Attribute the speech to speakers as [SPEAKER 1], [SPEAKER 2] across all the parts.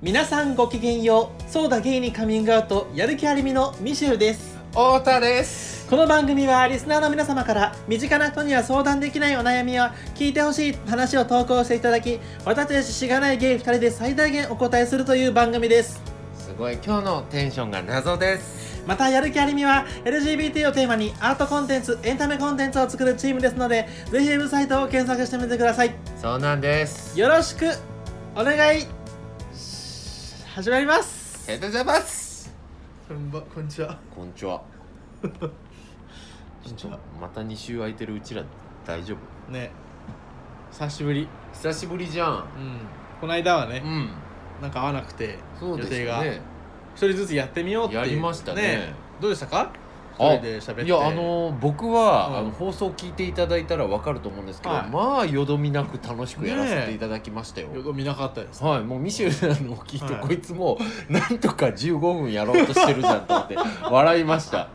[SPEAKER 1] 皆さんごきげんようそうだゲイにカミングアウトやる気ありみのミシェルです
[SPEAKER 2] 太田です
[SPEAKER 1] この番組はリスナーの皆様から身近な人には相談できないお悩みや聞いてほしい話を投稿していただき私たちしがないゲイ2人で最大限お答えするという番組です
[SPEAKER 2] すごい今日のテンションが謎です
[SPEAKER 1] またやる気ありみは LGBT をテーマにアートコンテンツエンタメコンテンツを作るチームですのでぜひウェブサイトを検索してみてください
[SPEAKER 2] そうなんです
[SPEAKER 1] よろしくお願い始まります
[SPEAKER 2] ヘッドジャバス
[SPEAKER 3] こんばこんにちは。
[SPEAKER 2] こん にちは
[SPEAKER 3] こんにちは
[SPEAKER 2] また2週空いてるうちら大丈夫
[SPEAKER 3] ね久しぶり。
[SPEAKER 2] 久しぶりじゃん
[SPEAKER 3] うん。この間は
[SPEAKER 2] う
[SPEAKER 3] ね、
[SPEAKER 2] ん
[SPEAKER 3] なんか合わなくて、
[SPEAKER 2] そうで
[SPEAKER 3] 予
[SPEAKER 2] す
[SPEAKER 3] 定が
[SPEAKER 2] ね
[SPEAKER 3] 一人ずつやってみようっていう。
[SPEAKER 2] やりましたね
[SPEAKER 3] どうでしたか？
[SPEAKER 2] あ
[SPEAKER 3] 一人で喋って。
[SPEAKER 2] いやあの僕は、
[SPEAKER 3] うん
[SPEAKER 2] あの放送聞いていただいたらわかると思うんですけど、
[SPEAKER 3] はい
[SPEAKER 2] まあよどみなく楽しくやらせていただきましたよ、
[SPEAKER 3] よく見なかったです。
[SPEAKER 2] はい、もうミシェルさんのを聞いて、
[SPEAKER 3] はい
[SPEAKER 2] こいつもうなんとか15分やろうとしてるじゃんと思って笑いました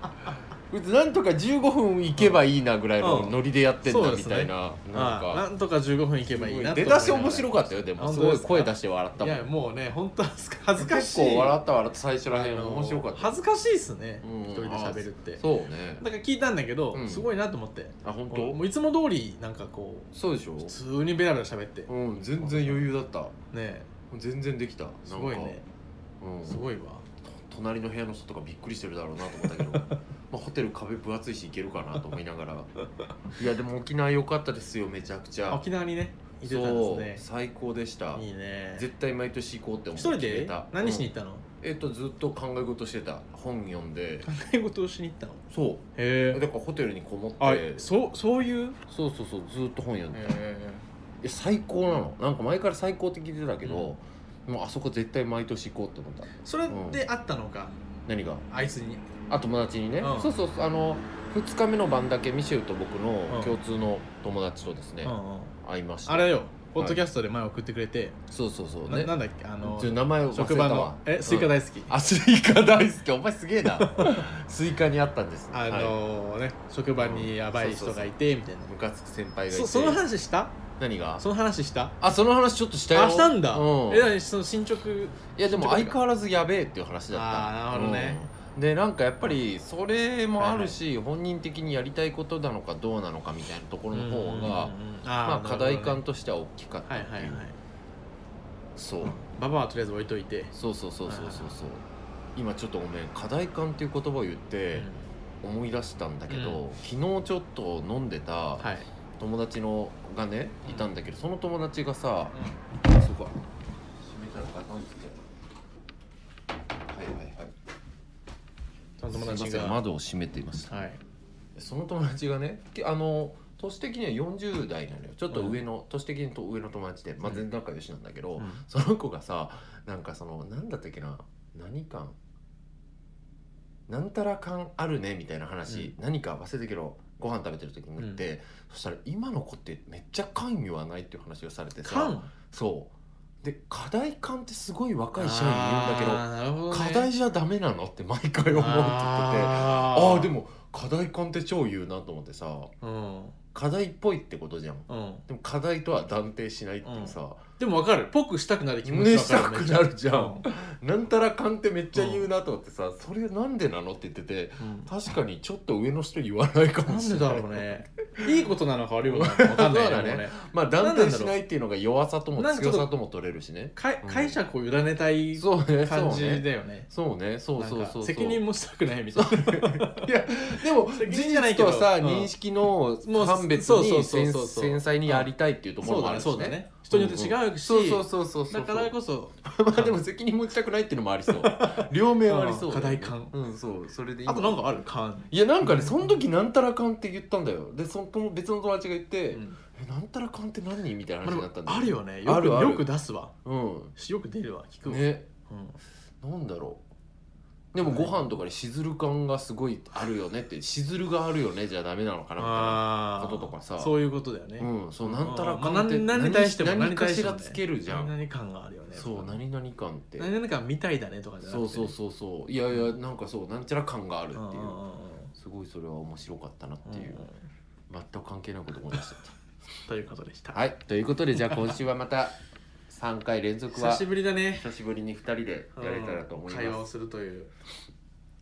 [SPEAKER 2] こいつなんとか15分いけばいいなぐらいの
[SPEAKER 3] うん
[SPEAKER 2] ノリでやってん
[SPEAKER 3] そ
[SPEAKER 2] だ
[SPEAKER 3] うで
[SPEAKER 2] み
[SPEAKER 3] す
[SPEAKER 2] た
[SPEAKER 3] ね
[SPEAKER 2] いな、なん
[SPEAKER 3] はい
[SPEAKER 2] か
[SPEAKER 3] なんとか15分いけばいいなと思
[SPEAKER 2] 出
[SPEAKER 3] いなが
[SPEAKER 2] だ
[SPEAKER 3] ら。
[SPEAKER 2] し面白かったよでも
[SPEAKER 3] 本
[SPEAKER 2] す
[SPEAKER 3] 当
[SPEAKER 2] ご
[SPEAKER 3] で
[SPEAKER 2] い
[SPEAKER 3] すか
[SPEAKER 2] 声出して笑った
[SPEAKER 3] い
[SPEAKER 2] もん
[SPEAKER 3] やもうね本当恥ずか恥ずか
[SPEAKER 2] 結
[SPEAKER 3] しい。
[SPEAKER 2] 構笑った笑った最初らへん
[SPEAKER 3] あの
[SPEAKER 2] 面白かった
[SPEAKER 3] 恥ずかしいですね。
[SPEAKER 2] うん
[SPEAKER 3] 一人で喋るって。
[SPEAKER 2] そうね
[SPEAKER 3] なんか聞いたんだけど、
[SPEAKER 2] うん
[SPEAKER 3] すごいなと思って。
[SPEAKER 2] あ本
[SPEAKER 3] も
[SPEAKER 2] 当
[SPEAKER 3] ういつも通りなんかこう
[SPEAKER 2] そうでしょ
[SPEAKER 3] 普通にベラベラ喋って。
[SPEAKER 2] うん全然余裕だった
[SPEAKER 3] ね
[SPEAKER 2] 全然できた
[SPEAKER 3] すごい
[SPEAKER 2] な
[SPEAKER 3] ね。
[SPEAKER 2] んかうん
[SPEAKER 3] すごいわ。
[SPEAKER 2] 隣の部屋の人とかびっくりしてるだろうなと思ったけ どまあホテル壁分厚いし行けるかなと思いながらいやでも沖縄良かったですよめちゃくちゃ
[SPEAKER 3] 沖縄にね行ってた
[SPEAKER 2] そ
[SPEAKER 3] ん
[SPEAKER 2] う
[SPEAKER 3] です
[SPEAKER 2] 最高でした
[SPEAKER 3] ねいいね
[SPEAKER 2] 絶対毎年行こうって思
[SPEAKER 3] 一
[SPEAKER 2] って
[SPEAKER 3] 人
[SPEAKER 2] 決め
[SPEAKER 3] で
[SPEAKER 2] た
[SPEAKER 3] 何しに行
[SPEAKER 2] う
[SPEAKER 3] ったの
[SPEAKER 2] んえっとずっと考え事してた本読んで
[SPEAKER 3] 考え事をしに行ったの
[SPEAKER 2] そ
[SPEAKER 3] へ
[SPEAKER 2] うだからホテルにこもっ
[SPEAKER 3] あ
[SPEAKER 2] て
[SPEAKER 3] そうそういう
[SPEAKER 2] そうそうそうずっと本読んで
[SPEAKER 3] へ
[SPEAKER 2] え最高なのなんか前から最高って聞いてたけ
[SPEAKER 3] う
[SPEAKER 2] ど、もうあそこ絶対毎年行こうって思った
[SPEAKER 3] それであったのか
[SPEAKER 2] 何が
[SPEAKER 3] あいつに
[SPEAKER 2] あ友達にね、
[SPEAKER 3] うん
[SPEAKER 2] そうそうあの2日目の晩だけミシェルと僕
[SPEAKER 3] う
[SPEAKER 2] の
[SPEAKER 3] ん
[SPEAKER 2] 共通の友達とですね、
[SPEAKER 3] うんうん
[SPEAKER 2] 会いました
[SPEAKER 3] あれよポッドキャストで前送ってくれて
[SPEAKER 2] そうそうそう
[SPEAKER 3] な
[SPEAKER 2] ね
[SPEAKER 3] なんだっけあの
[SPEAKER 2] ちょ名前を忘
[SPEAKER 3] 職
[SPEAKER 2] れ
[SPEAKER 3] 場
[SPEAKER 2] た
[SPEAKER 3] の
[SPEAKER 2] わ
[SPEAKER 3] えスイカ
[SPEAKER 2] うん
[SPEAKER 3] 大好き
[SPEAKER 2] あスイカ大好きお前すげえな スイカにあったんです
[SPEAKER 3] あ
[SPEAKER 2] はい
[SPEAKER 3] のね職場にやばい人がいてみたいな
[SPEAKER 2] ムカつく先輩がいて
[SPEAKER 3] そその話した
[SPEAKER 2] 何が
[SPEAKER 3] その話した
[SPEAKER 2] あその話ちょっとしたよ
[SPEAKER 3] あしたんだ
[SPEAKER 2] うん、
[SPEAKER 3] え何その進捗
[SPEAKER 2] いやでも相変わらずやべえっていう話だった
[SPEAKER 3] あーなるほどね、
[SPEAKER 2] うんでなんかやっぱりそれもあるし、本人的にやりたいことなのかどうなのかみたいなところの方が、
[SPEAKER 3] うんうんうんうん
[SPEAKER 2] ま
[SPEAKER 3] あ
[SPEAKER 2] あ
[SPEAKER 3] ー
[SPEAKER 2] 課題
[SPEAKER 3] なる
[SPEAKER 2] 感
[SPEAKER 3] ほ
[SPEAKER 2] としては大きかった
[SPEAKER 3] どね
[SPEAKER 2] って
[SPEAKER 3] はい
[SPEAKER 2] い
[SPEAKER 3] は
[SPEAKER 2] う
[SPEAKER 3] いはい
[SPEAKER 2] そう
[SPEAKER 3] ババはとりあえず置いといて、
[SPEAKER 2] そうそうそうそうそう
[SPEAKER 3] はいはい
[SPEAKER 2] そう今ちょっとごめん課題感っていう言葉を言って思い出したんだけど、昨日ちょっと飲んでた
[SPEAKER 3] はい、
[SPEAKER 2] 友達のがね
[SPEAKER 3] うん
[SPEAKER 2] いたんだけどその友達がさそうか閉めたらガタンってはいはいはい
[SPEAKER 3] その友
[SPEAKER 2] すい
[SPEAKER 3] 達
[SPEAKER 2] ません
[SPEAKER 3] が
[SPEAKER 2] 窓を閉めていました
[SPEAKER 3] はい
[SPEAKER 2] その友達がねきあの年的には40代なのよちょっと上の、年的にと上の友達で、まあ、
[SPEAKER 3] うん
[SPEAKER 2] 全然仲良しなんだけど、
[SPEAKER 3] うん
[SPEAKER 2] その子がさなんかそのなんだったっけな何感なんたら感あるねみたいな話、何か忘れたけどご飯食べてる時に言って、そしたら今の子ってめっちゃ感言わないっていう話をされてさ
[SPEAKER 3] 缶
[SPEAKER 2] そうで課題感ってすごい若い社員いるんだけど
[SPEAKER 3] あーなるほど、ね、
[SPEAKER 2] 課題じゃダメなのって毎回思うって言ってて
[SPEAKER 3] あ
[SPEAKER 2] あ
[SPEAKER 3] ー
[SPEAKER 2] あでも課題感って超言うなと思ってさ課題っぽいってことじゃん
[SPEAKER 3] うんうん
[SPEAKER 2] でも課題とは断定しないっていうさ、
[SPEAKER 3] でもわかるぽくしたくなる気持ちわかる
[SPEAKER 2] ねしたくなるじゃん
[SPEAKER 3] めっち
[SPEAKER 2] なんたら感ってめっちゃ言うなと思ってさ、それなんでなのって言ってて
[SPEAKER 3] ゃうん
[SPEAKER 2] 確かにちょっと上の人言わないか
[SPEAKER 3] うん
[SPEAKER 2] も
[SPEAKER 3] な
[SPEAKER 2] し
[SPEAKER 3] ん
[SPEAKER 2] れ
[SPEAKER 3] で
[SPEAKER 2] ない
[SPEAKER 3] だろ うねいいことなのか悪いことなのかわかんない
[SPEAKER 2] そうだね
[SPEAKER 3] でも
[SPEAKER 2] まあ断定しないっていうのが弱さとも
[SPEAKER 3] なんだろ
[SPEAKER 2] 強
[SPEAKER 3] う
[SPEAKER 2] さとも取れこれるしね
[SPEAKER 3] かい
[SPEAKER 2] うん
[SPEAKER 3] 解釈を委ねたい
[SPEAKER 2] そうねそう
[SPEAKER 3] 感じ
[SPEAKER 2] ね
[SPEAKER 3] だよね
[SPEAKER 2] そうねそうそうそう
[SPEAKER 3] なん
[SPEAKER 2] そ
[SPEAKER 3] か
[SPEAKER 2] う
[SPEAKER 3] 責任もしたくないみたいない
[SPEAKER 2] やでも事
[SPEAKER 3] 責任じゃな
[SPEAKER 2] 実
[SPEAKER 3] いけ
[SPEAKER 2] と
[SPEAKER 3] ど
[SPEAKER 2] さ、
[SPEAKER 3] うん
[SPEAKER 2] 認識の
[SPEAKER 3] もう
[SPEAKER 2] 判別
[SPEAKER 3] そうそ
[SPEAKER 2] に
[SPEAKER 3] うそう
[SPEAKER 2] 繊
[SPEAKER 3] そうそう
[SPEAKER 2] 繊細にやりたいっていうところ
[SPEAKER 3] そう
[SPEAKER 2] もある
[SPEAKER 3] だね
[SPEAKER 2] し、
[SPEAKER 3] そうだね人によって違うし、
[SPEAKER 2] そうそうそうそうそう
[SPEAKER 3] だからこそ
[SPEAKER 2] まあでも責任持ちたくないっていうのもありそう 両面ありそう、
[SPEAKER 3] うん課題感
[SPEAKER 2] うんそうそれで今
[SPEAKER 3] あとなんかある感、
[SPEAKER 2] いやなんかねその時なんたら感って言ったんだよでその友別の友達が言って、
[SPEAKER 3] うん
[SPEAKER 2] えなんたら感って何みたいな
[SPEAKER 3] ま
[SPEAKER 2] 話に
[SPEAKER 3] あ、でも
[SPEAKER 2] なったんだ
[SPEAKER 3] あるよねよく
[SPEAKER 2] あるある
[SPEAKER 3] よく出すわ
[SPEAKER 2] う
[SPEAKER 3] よく出るわ聞く
[SPEAKER 2] ん
[SPEAKER 3] わ、
[SPEAKER 2] ね
[SPEAKER 3] うん
[SPEAKER 2] なんだろうでもご飯とかにしずる感がすごいあるよねってしずるがあるよねじゃダメなのかなみたいな
[SPEAKER 3] あー
[SPEAKER 2] こととかさ
[SPEAKER 3] そういうことだよね、
[SPEAKER 2] うん、そうなんたら
[SPEAKER 3] まあ
[SPEAKER 2] 感って
[SPEAKER 3] 何何に対しても
[SPEAKER 2] 何かしら
[SPEAKER 3] 何に対してもね
[SPEAKER 2] つけるじゃん、
[SPEAKER 3] 何々感があるよね
[SPEAKER 2] そう何々感って
[SPEAKER 3] 何々感みたいだねとかじゃなくて
[SPEAKER 2] そう
[SPEAKER 3] ね、
[SPEAKER 2] そうそうそういやいやなんかそうなんちゃら感があるってい
[SPEAKER 3] ん
[SPEAKER 2] う、
[SPEAKER 3] んん
[SPEAKER 2] すごいそれは面白かったなって
[SPEAKER 3] うん
[SPEAKER 2] いう、全く関係ないこと思い出しちゃっ
[SPEAKER 3] ということでした
[SPEAKER 2] たはいということでじゃあ今週はまた3回連続は
[SPEAKER 3] 久しぶりだね
[SPEAKER 2] 久しぶりに2人でやれたらと思い
[SPEAKER 3] うん会話
[SPEAKER 2] ま
[SPEAKER 3] を
[SPEAKER 2] す、
[SPEAKER 3] するという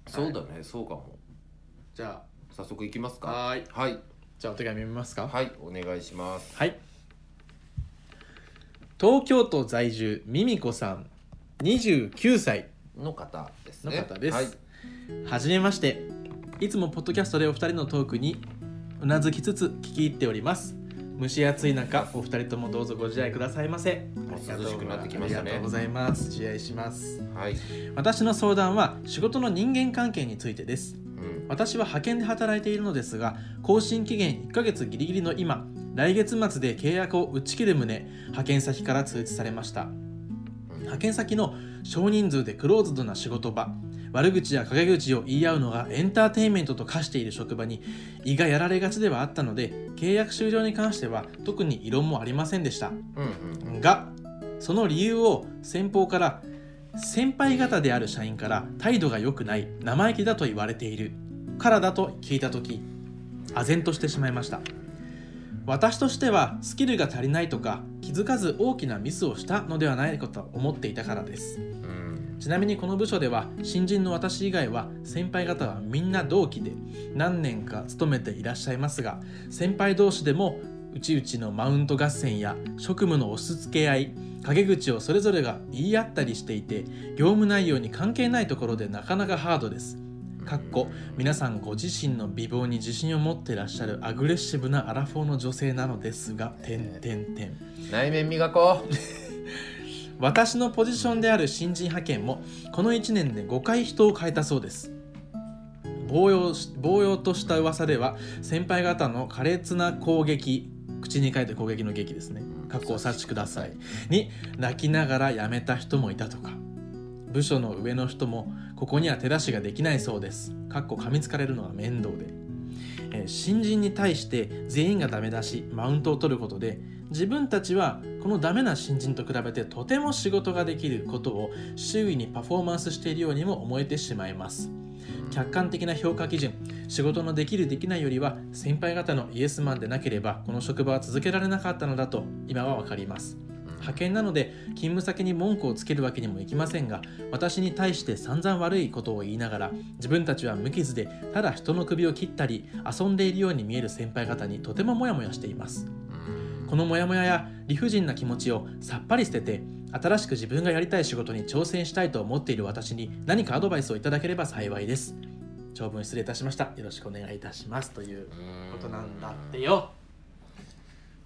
[SPEAKER 2] そうだね、そうかも
[SPEAKER 3] じゃ
[SPEAKER 2] 早速いきます
[SPEAKER 3] あ
[SPEAKER 2] か
[SPEAKER 3] はーい
[SPEAKER 2] はい
[SPEAKER 3] じゃあお手紙見ますか
[SPEAKER 2] はいお願いします
[SPEAKER 3] はい。東京都在住ミミコさん、29歳
[SPEAKER 2] の方です
[SPEAKER 3] の
[SPEAKER 2] ね
[SPEAKER 3] 方です。
[SPEAKER 2] は、
[SPEAKER 3] はいじめまして。いつもポッドキャストでお二人のトークにうなずきつつ聞き入っております。蒸し暑い中、お二人ともどうぞご自愛くださいませ。
[SPEAKER 2] 涼しくなってきましたね
[SPEAKER 3] ありがとうございます。自愛します。
[SPEAKER 2] はい
[SPEAKER 3] 私の相談は仕事の人間関係についてです。
[SPEAKER 2] うん
[SPEAKER 3] 私は派遣で働いているのですが更新期限1ヶ月ギリギリの今来月末で契約を打ち切る旨派遣先から通知されました派遣先の少人数でクローズドな仕事場悪口や陰口を言い合うのがエンターテインメントと化している職場に胃がやられがちではあったので契約終了に関しては特に異論もありませんでした
[SPEAKER 2] うんうん
[SPEAKER 3] がその理由を先方から先輩方である社員から態度が良くない生意気だと言われているからだと聞いた時唖然としてしまいました私としてはスキルが足りないとか気づかず大きなミスをしたのではないかと思っていたからです
[SPEAKER 2] うん
[SPEAKER 3] ちなみにこの部署では新人の私以外は先輩方はみんな同期で何年か勤めていらっしゃいますが先輩同士でもうちうちのマウント合戦や職務の押し付け合い陰口をそれぞれが言い合ったりしていて業務内容に関係ないところでなかなかハードですかっこ皆さんご自身の美貌に自信を持ってらっしゃるアグレッシブなアラフォーの女性なのですが点点点
[SPEAKER 2] 内面磨こ
[SPEAKER 3] 私のポジションである新人派遣もこの1年で5回人を変えたそうです暴用し暴用とした噂では先輩方の苛烈な攻撃口に書いて攻撃の劇ですね
[SPEAKER 2] うん
[SPEAKER 3] 「かっこお察しください」に泣きながら辞めた人もいたとか部署の上の人もここには手出しができないそうですかっこ噛みつかれるのが面倒で、えー新人に対して全員がダメ出しマウントを取ることで自分たちはこのダメな新人と比べてとても仕事ができることを周囲にパフォーマンスしているようにも思えてしまいます客観的な評価基準仕事のできるできないよりは先輩方のイエスマンでなければこの職場は続けられなかったのだと今は分かります派遣なので勤務先に文句をつけるわけにもいきませんが私に対して散々悪いことを言いながら自分たちは無傷でただ人の首を切ったり遊んでいるように見える先輩方にとてもモヤモヤしていますこのモヤモヤや理不尽な気持ちをさっぱり捨てて新しく自分がやりたい仕事に挑戦したいと思っている私に何かアドバイスをいただければ幸いです長文失礼いたしましたよろしくお願いいたしますということなんだってよ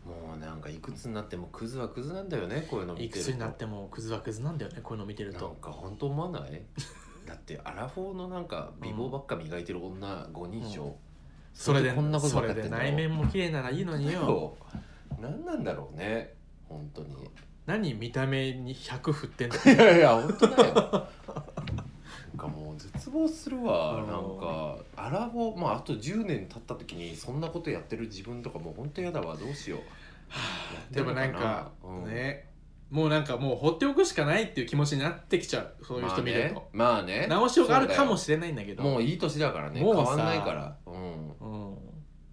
[SPEAKER 2] もうなんかいくつになってもクズはクズなんだよねこういうの見
[SPEAKER 3] い
[SPEAKER 2] て
[SPEAKER 3] く
[SPEAKER 2] る
[SPEAKER 3] つ
[SPEAKER 2] と
[SPEAKER 3] になってもクズはクズなんだよねこういうの見てる
[SPEAKER 2] なん
[SPEAKER 3] と
[SPEAKER 2] か本当思わない だってアラフォーのなんか美貌ばっか磨いてる女5人称、
[SPEAKER 3] うんそれで
[SPEAKER 2] こんなこと
[SPEAKER 3] そ
[SPEAKER 2] ばっか
[SPEAKER 3] れ
[SPEAKER 2] やって
[SPEAKER 3] で
[SPEAKER 2] んだ
[SPEAKER 3] 内面も綺麗ならいいのによ
[SPEAKER 2] そう何なんだろうね本 当に
[SPEAKER 3] 何見た目に100振ってんの
[SPEAKER 2] いやいや本当 だよなんかもう絶望するわ
[SPEAKER 3] う
[SPEAKER 2] なん
[SPEAKER 3] ん
[SPEAKER 2] かアラフォーまああと10年経った時にそんなことやってる自分とかもう本当やだわどうしようやって
[SPEAKER 3] で
[SPEAKER 2] る
[SPEAKER 3] も
[SPEAKER 2] の
[SPEAKER 3] なんか、
[SPEAKER 2] うん
[SPEAKER 3] ねもうなんかもう放っておくしかないっていう気持ちになってきちゃうそういう人見ると、
[SPEAKER 2] まあね,、まあね
[SPEAKER 3] 直しようがあるかも
[SPEAKER 2] し
[SPEAKER 3] しれないんだけど
[SPEAKER 2] もういい年だからね
[SPEAKER 3] もう
[SPEAKER 2] 変
[SPEAKER 3] さ
[SPEAKER 2] わんないからうん
[SPEAKER 3] うん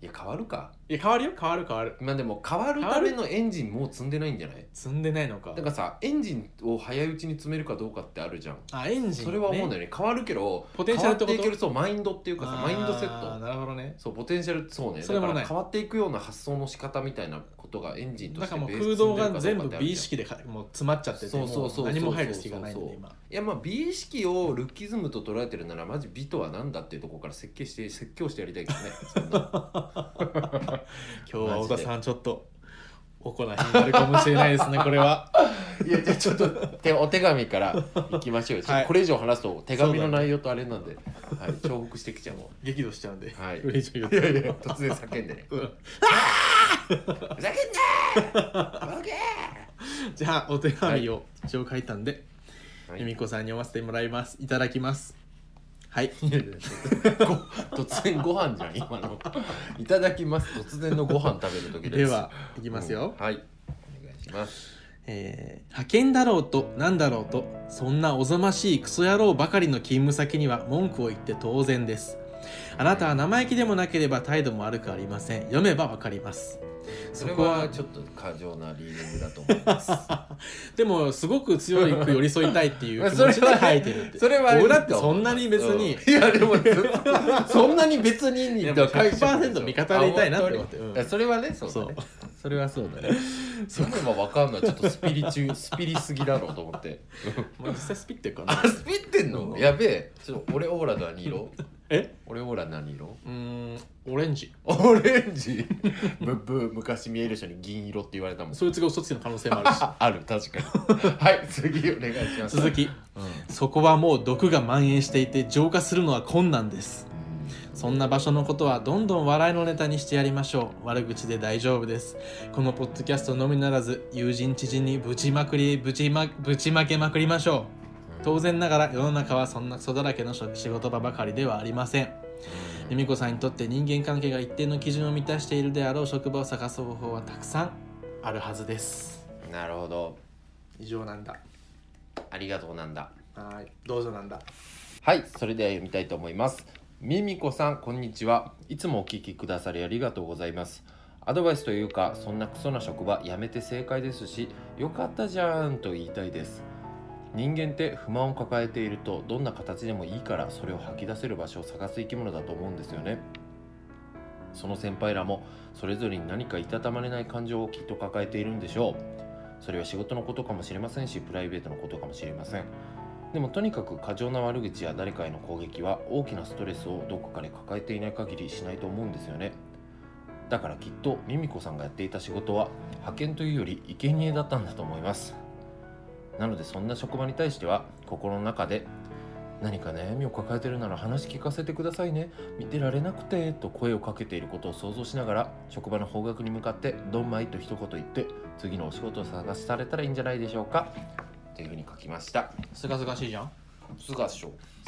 [SPEAKER 2] いや変わるか
[SPEAKER 3] いや変わるよ変わる変わる
[SPEAKER 2] まあでも変わるためのエンジンもう積んでないんじゃない
[SPEAKER 3] 積んでないのか
[SPEAKER 2] だからさエンジンを早いうちに積めるかどうかってあるじゃん
[SPEAKER 3] あエンジン、ね、
[SPEAKER 2] それは思うんだよね変わるけど
[SPEAKER 3] ポテンシャルってこと
[SPEAKER 2] 変わっていけるそうマインドっていうかさマインドセ
[SPEAKER 3] あー
[SPEAKER 2] ット
[SPEAKER 3] なるほどね
[SPEAKER 2] そうポテンシャルそうね
[SPEAKER 3] それ
[SPEAKER 2] だ
[SPEAKER 3] も
[SPEAKER 2] か
[SPEAKER 3] ない
[SPEAKER 2] ら変わっていくような発想の仕方みたいなことがエンジンと
[SPEAKER 3] だ
[SPEAKER 2] して
[SPEAKER 3] からもう
[SPEAKER 2] ベース
[SPEAKER 3] 空
[SPEAKER 2] 積ん
[SPEAKER 3] 洞
[SPEAKER 2] でるかどうか
[SPEAKER 3] が全部
[SPEAKER 2] ってあるじゃん
[SPEAKER 3] 美意識でかもう詰まっちゃってて
[SPEAKER 2] そうそうそう
[SPEAKER 3] もう何も入る隙がないんで 今
[SPEAKER 2] いやまあ美意識をルッキズムと捉えてるならマジ美とは何だっていうところから設計して説教してやりたいけどねそんな
[SPEAKER 3] 今日は太田さんちょっとおこなしになるかもしれないで すねこれは
[SPEAKER 2] いやじゃあちょっと手お手紙からいきましょうよ、
[SPEAKER 3] はい
[SPEAKER 2] これ以上話すと手紙の
[SPEAKER 3] そうだ
[SPEAKER 2] 内容とあれなんで、はい、重複してきちゃうもん
[SPEAKER 3] 激怒しちゃうんで、
[SPEAKER 2] はい
[SPEAKER 3] 嬉しいよ
[SPEAKER 2] いやいや突然叫んでね
[SPEAKER 3] うん
[SPEAKER 2] ふざけんなーボケ
[SPEAKER 3] じゃあお手紙を一応書いたんで、
[SPEAKER 2] ーはい
[SPEAKER 3] 由美子さんに読ませてもらいますいただきますはい
[SPEAKER 2] いやいやご突然ご飯じゃん今のいただきます突然のご飯食べる時
[SPEAKER 3] で
[SPEAKER 2] です
[SPEAKER 3] はいき
[SPEAKER 2] い
[SPEAKER 3] ますよ、
[SPEAKER 2] はいお願いします
[SPEAKER 3] えー派遣だろうとなんだろうとそんなおぞましいクソ野郎ばかりの勤務先には文句を言って当然ですあなたは生意気でもなければ態度も悪くありません読めばわかります
[SPEAKER 2] そ
[SPEAKER 3] そ
[SPEAKER 2] れ
[SPEAKER 3] こは
[SPEAKER 2] はちょっと過剰なリーディングだと思います
[SPEAKER 3] でもすごく強く寄り添いたいっ ていう気持ちで書いてるって
[SPEAKER 2] それはあれ
[SPEAKER 3] 僕だ
[SPEAKER 2] だ
[SPEAKER 3] っ
[SPEAKER 2] と思う
[SPEAKER 3] てそんなに別に、
[SPEAKER 2] うんいやでもずっと そんなに別にに
[SPEAKER 3] いやもう100%味方でいたいなって思って
[SPEAKER 2] あ本当に
[SPEAKER 3] うん
[SPEAKER 2] いやそれはねそうだ
[SPEAKER 3] そ
[SPEAKER 2] ね
[SPEAKER 3] う
[SPEAKER 2] それはそうだね それは分かんないちょっとスピリチュスピリすぎだろうと思って
[SPEAKER 3] もう実際スピってるか
[SPEAKER 2] あ
[SPEAKER 3] な
[SPEAKER 2] スピってんのやべえちょっと俺オーラ何 色
[SPEAKER 3] え
[SPEAKER 2] 俺オーラ何色
[SPEAKER 3] うーんオレンジ
[SPEAKER 2] オレンジブブ昔見える人に銀色って言われたもん
[SPEAKER 3] そいつが嘘つきの可能性もあるし
[SPEAKER 2] あある確かにはい次お願いします
[SPEAKER 3] 続き
[SPEAKER 2] うん
[SPEAKER 3] そこはもう毒が蔓延していて浄化するのは困難ですそんな場所のことはどんどん笑いのネタにしてやりましょう悪口で大丈夫ですこのポッドキャストのみならず友人知人にぶちまくりぶちまぶちまけまくりましょう当然ながら世の中はそんなクソだらけの仕仕事場ばかりではありません由美子さんにとって人間関係が一定の基準を満たしているであろう職場を探す方法はたくさんあるはずです
[SPEAKER 2] なるほど
[SPEAKER 3] 以上なんだ
[SPEAKER 2] ありがとうなんだ
[SPEAKER 3] はいどうぞなんだ
[SPEAKER 2] はい、それでは読みたいと思います。みみこさん、こんにちは。いつもお聞きくださりありがとうございます。アドバイスというか、そんなクソな職場やめて正解ですし、よかったじゃんと言いたいです。人間って不満を抱えていると、どんな形でもいいから、それを吐き出せる場所を探す生き物だと思うんですよね。その先輩らも、それぞれに何かいたたまれない感情をきっと抱えているんでしょう。それは仕事のことかもしれませんし、プライベートのことかもしれません。でもとにかく過剰な悪口や誰かへの攻撃は大きなストレスをどこかで抱えていない限りしないと思うんですよねだからきっとミミコさんがやっていた仕事は派遣というより生贄だったんだと思いますなのでそんな職場に対しては心の中で何か悩みを抱えてるなら話聞かせてくださいね見てられなくてと声をかけていることを想像しながら職場の方角に向かってどんまいと一言言って次のお仕事を探されたらいいんじゃないでしょうかというふうに書きました
[SPEAKER 3] すがすがしいじゃん
[SPEAKER 2] 菅首相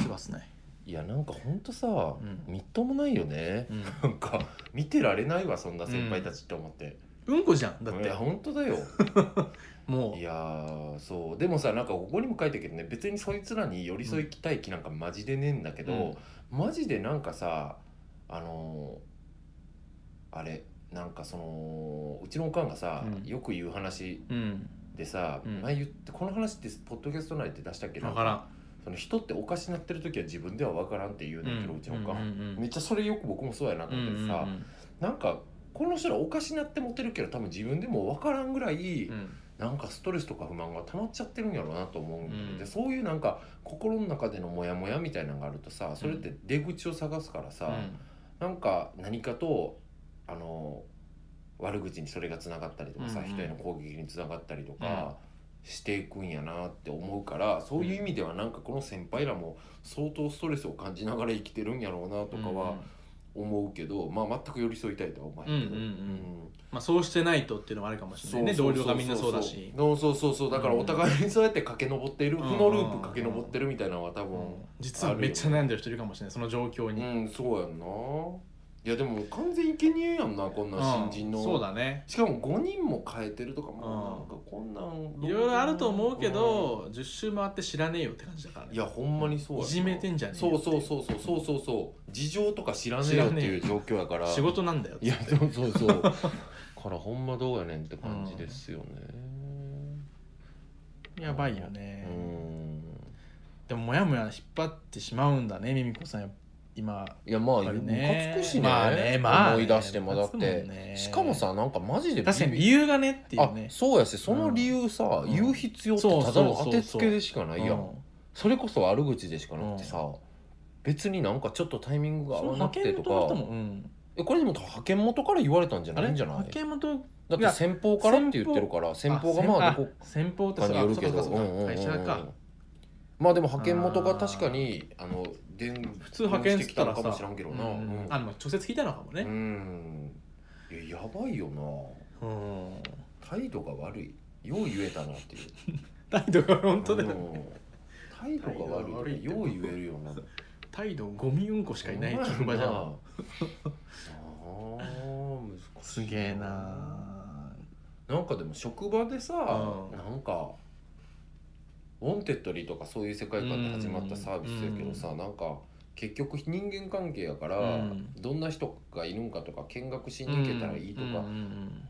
[SPEAKER 3] すがすない
[SPEAKER 2] いやなんかほんとさ、
[SPEAKER 3] ん
[SPEAKER 2] みっともないよね、
[SPEAKER 3] うん
[SPEAKER 2] なんか見てられないわそんな先輩たちって思って、
[SPEAKER 3] うんこじゃんだっ
[SPEAKER 2] い
[SPEAKER 3] て
[SPEAKER 2] やほんとだよ
[SPEAKER 3] も
[SPEAKER 2] いうやーそうでもさなんかここにも書いてるけどね別にそいつらに寄り添いたい気なんかマジでねえんだけど、マジでなんかさあのーあれなんかそのうちのおかんがさ、
[SPEAKER 3] うん
[SPEAKER 2] よく言う話
[SPEAKER 3] うん
[SPEAKER 2] でさ、
[SPEAKER 3] うん
[SPEAKER 2] 前言ってこの話ってポッドキャスト内で出したっけな
[SPEAKER 3] 分からん
[SPEAKER 2] その人っておかしなってる時は自分では分からんって言うねんけど、うちのおかん
[SPEAKER 3] う、ん
[SPEAKER 2] めっちゃそれよく僕もそうやなと
[SPEAKER 3] うん
[SPEAKER 2] 思っててさ、なんかこの人らおかしなってモテるけど多分自分でも分からんぐらい、
[SPEAKER 3] うんうん
[SPEAKER 2] なんかストレスとか不満が溜まっちゃってるんやろうなと思うんだよね
[SPEAKER 3] うん
[SPEAKER 2] でそういうなんか心の中でのモヤモヤみたいなのがあるとさそれって出口を探すからさ、なんか何かとあの悪口にそれがつながったりとかさ、
[SPEAKER 3] うんうん
[SPEAKER 2] 人への攻撃につながったりとか。していくんやなって思うからそういう意味ではなんかこの先輩らも相当ストレスを感じながら生きてるんやろうなとかは思うけど、まあ、全く寄り添いたいとは思わへんけど、
[SPEAKER 3] うんうんうん
[SPEAKER 2] ん
[SPEAKER 3] まあそうしてないとっていうのもあるかもしれないね
[SPEAKER 2] そ
[SPEAKER 3] 同
[SPEAKER 2] う
[SPEAKER 3] 僚がみんなそうだし
[SPEAKER 2] そうそうそうそうだからお互いにそうやって駆け上っている、
[SPEAKER 3] うん
[SPEAKER 2] 負のループ駆け上ってるみたいなのは多
[SPEAKER 3] う
[SPEAKER 2] 分
[SPEAKER 3] ん実はめっちゃ悩んでる人いるかもしれないその状況
[SPEAKER 2] う
[SPEAKER 3] に
[SPEAKER 2] ん、そうやんないやでも完全いけにえやんなこんな新人の、
[SPEAKER 3] うんそうだね
[SPEAKER 2] しかも5人も変えてるとか
[SPEAKER 3] う
[SPEAKER 2] も
[SPEAKER 3] ん
[SPEAKER 2] なんかこんなん
[SPEAKER 3] いろいろあると思うけ、ど10周回って知らねえよって感じだから
[SPEAKER 2] う
[SPEAKER 3] ね
[SPEAKER 2] んいやほんまにそうやない
[SPEAKER 3] じめてんじゃねえ
[SPEAKER 2] そ
[SPEAKER 3] よ
[SPEAKER 2] うそうそうそうそうそうそう事情とか知らねえよっていう状況やから
[SPEAKER 3] 仕事なんだよって
[SPEAKER 2] いやそうそうそう からほんまどうやねんって感じですよね
[SPEAKER 3] やばいよ
[SPEAKER 2] う
[SPEAKER 3] ね
[SPEAKER 2] ん
[SPEAKER 3] でもモヤモヤ引っ張ってしまうんだねミミコさん今
[SPEAKER 2] いやまあ
[SPEAKER 3] やっぱり
[SPEAKER 2] ム
[SPEAKER 3] ね
[SPEAKER 2] カつくしね,、
[SPEAKER 3] まあねまあね
[SPEAKER 2] 思い出してもだっ
[SPEAKER 3] ムカつ
[SPEAKER 2] て
[SPEAKER 3] くもんね
[SPEAKER 2] しかもさなんかマジで
[SPEAKER 3] 確かに
[SPEAKER 2] ビビ
[SPEAKER 3] 理由がねっていうね
[SPEAKER 2] あそうやしその理由さ、
[SPEAKER 3] うん
[SPEAKER 2] 言う必要って
[SPEAKER 3] そう
[SPEAKER 2] ただ
[SPEAKER 3] そうそう
[SPEAKER 2] の
[SPEAKER 3] そう
[SPEAKER 2] 当てつけでしかないやん、
[SPEAKER 3] うん
[SPEAKER 2] それこそ悪口でしかなくてさ、別になんかちょっとタイミングが合
[SPEAKER 3] その
[SPEAKER 2] わな
[SPEAKER 3] 派
[SPEAKER 2] くて
[SPEAKER 3] 遣
[SPEAKER 2] と
[SPEAKER 3] 元の
[SPEAKER 2] か
[SPEAKER 3] 人も、うん、
[SPEAKER 2] えこれでも派遣元から言われたんじゃ
[SPEAKER 3] あ
[SPEAKER 2] な
[SPEAKER 3] れ
[SPEAKER 2] いんじゃない
[SPEAKER 3] 派遣元
[SPEAKER 2] だって先方からって言ってるから先方がまあどこ
[SPEAKER 3] あ先方って
[SPEAKER 2] かによるけど
[SPEAKER 3] そうかそうかそうか会社か
[SPEAKER 2] まあでも派遣元が確かにあので
[SPEAKER 3] 普通派遣っつったら
[SPEAKER 2] か
[SPEAKER 3] さ
[SPEAKER 2] もしらんけどな、
[SPEAKER 3] うん
[SPEAKER 2] うん
[SPEAKER 3] あでも直接聞いたのかも
[SPEAKER 2] う
[SPEAKER 3] ね
[SPEAKER 2] んいややばいよな
[SPEAKER 3] うん
[SPEAKER 2] 態度が悪いよう言えたなっていう
[SPEAKER 3] 態度が本当だよ
[SPEAKER 2] うん態度が悪いってよう言えるよな
[SPEAKER 3] 態度ゴミうんこしかいない職場じゃ
[SPEAKER 2] あ
[SPEAKER 3] ん
[SPEAKER 2] あ難しい
[SPEAKER 3] すげえな
[SPEAKER 2] なんかでも職場でさ、
[SPEAKER 3] うん
[SPEAKER 2] なんか「ウォンテッドリー」とかそういう世界観で始まったサービスやけどさ、なんか結局人間関係やから、
[SPEAKER 3] うん
[SPEAKER 2] どんな人がいるんかとか見学しに行けたらいいと
[SPEAKER 3] うんうん
[SPEAKER 2] か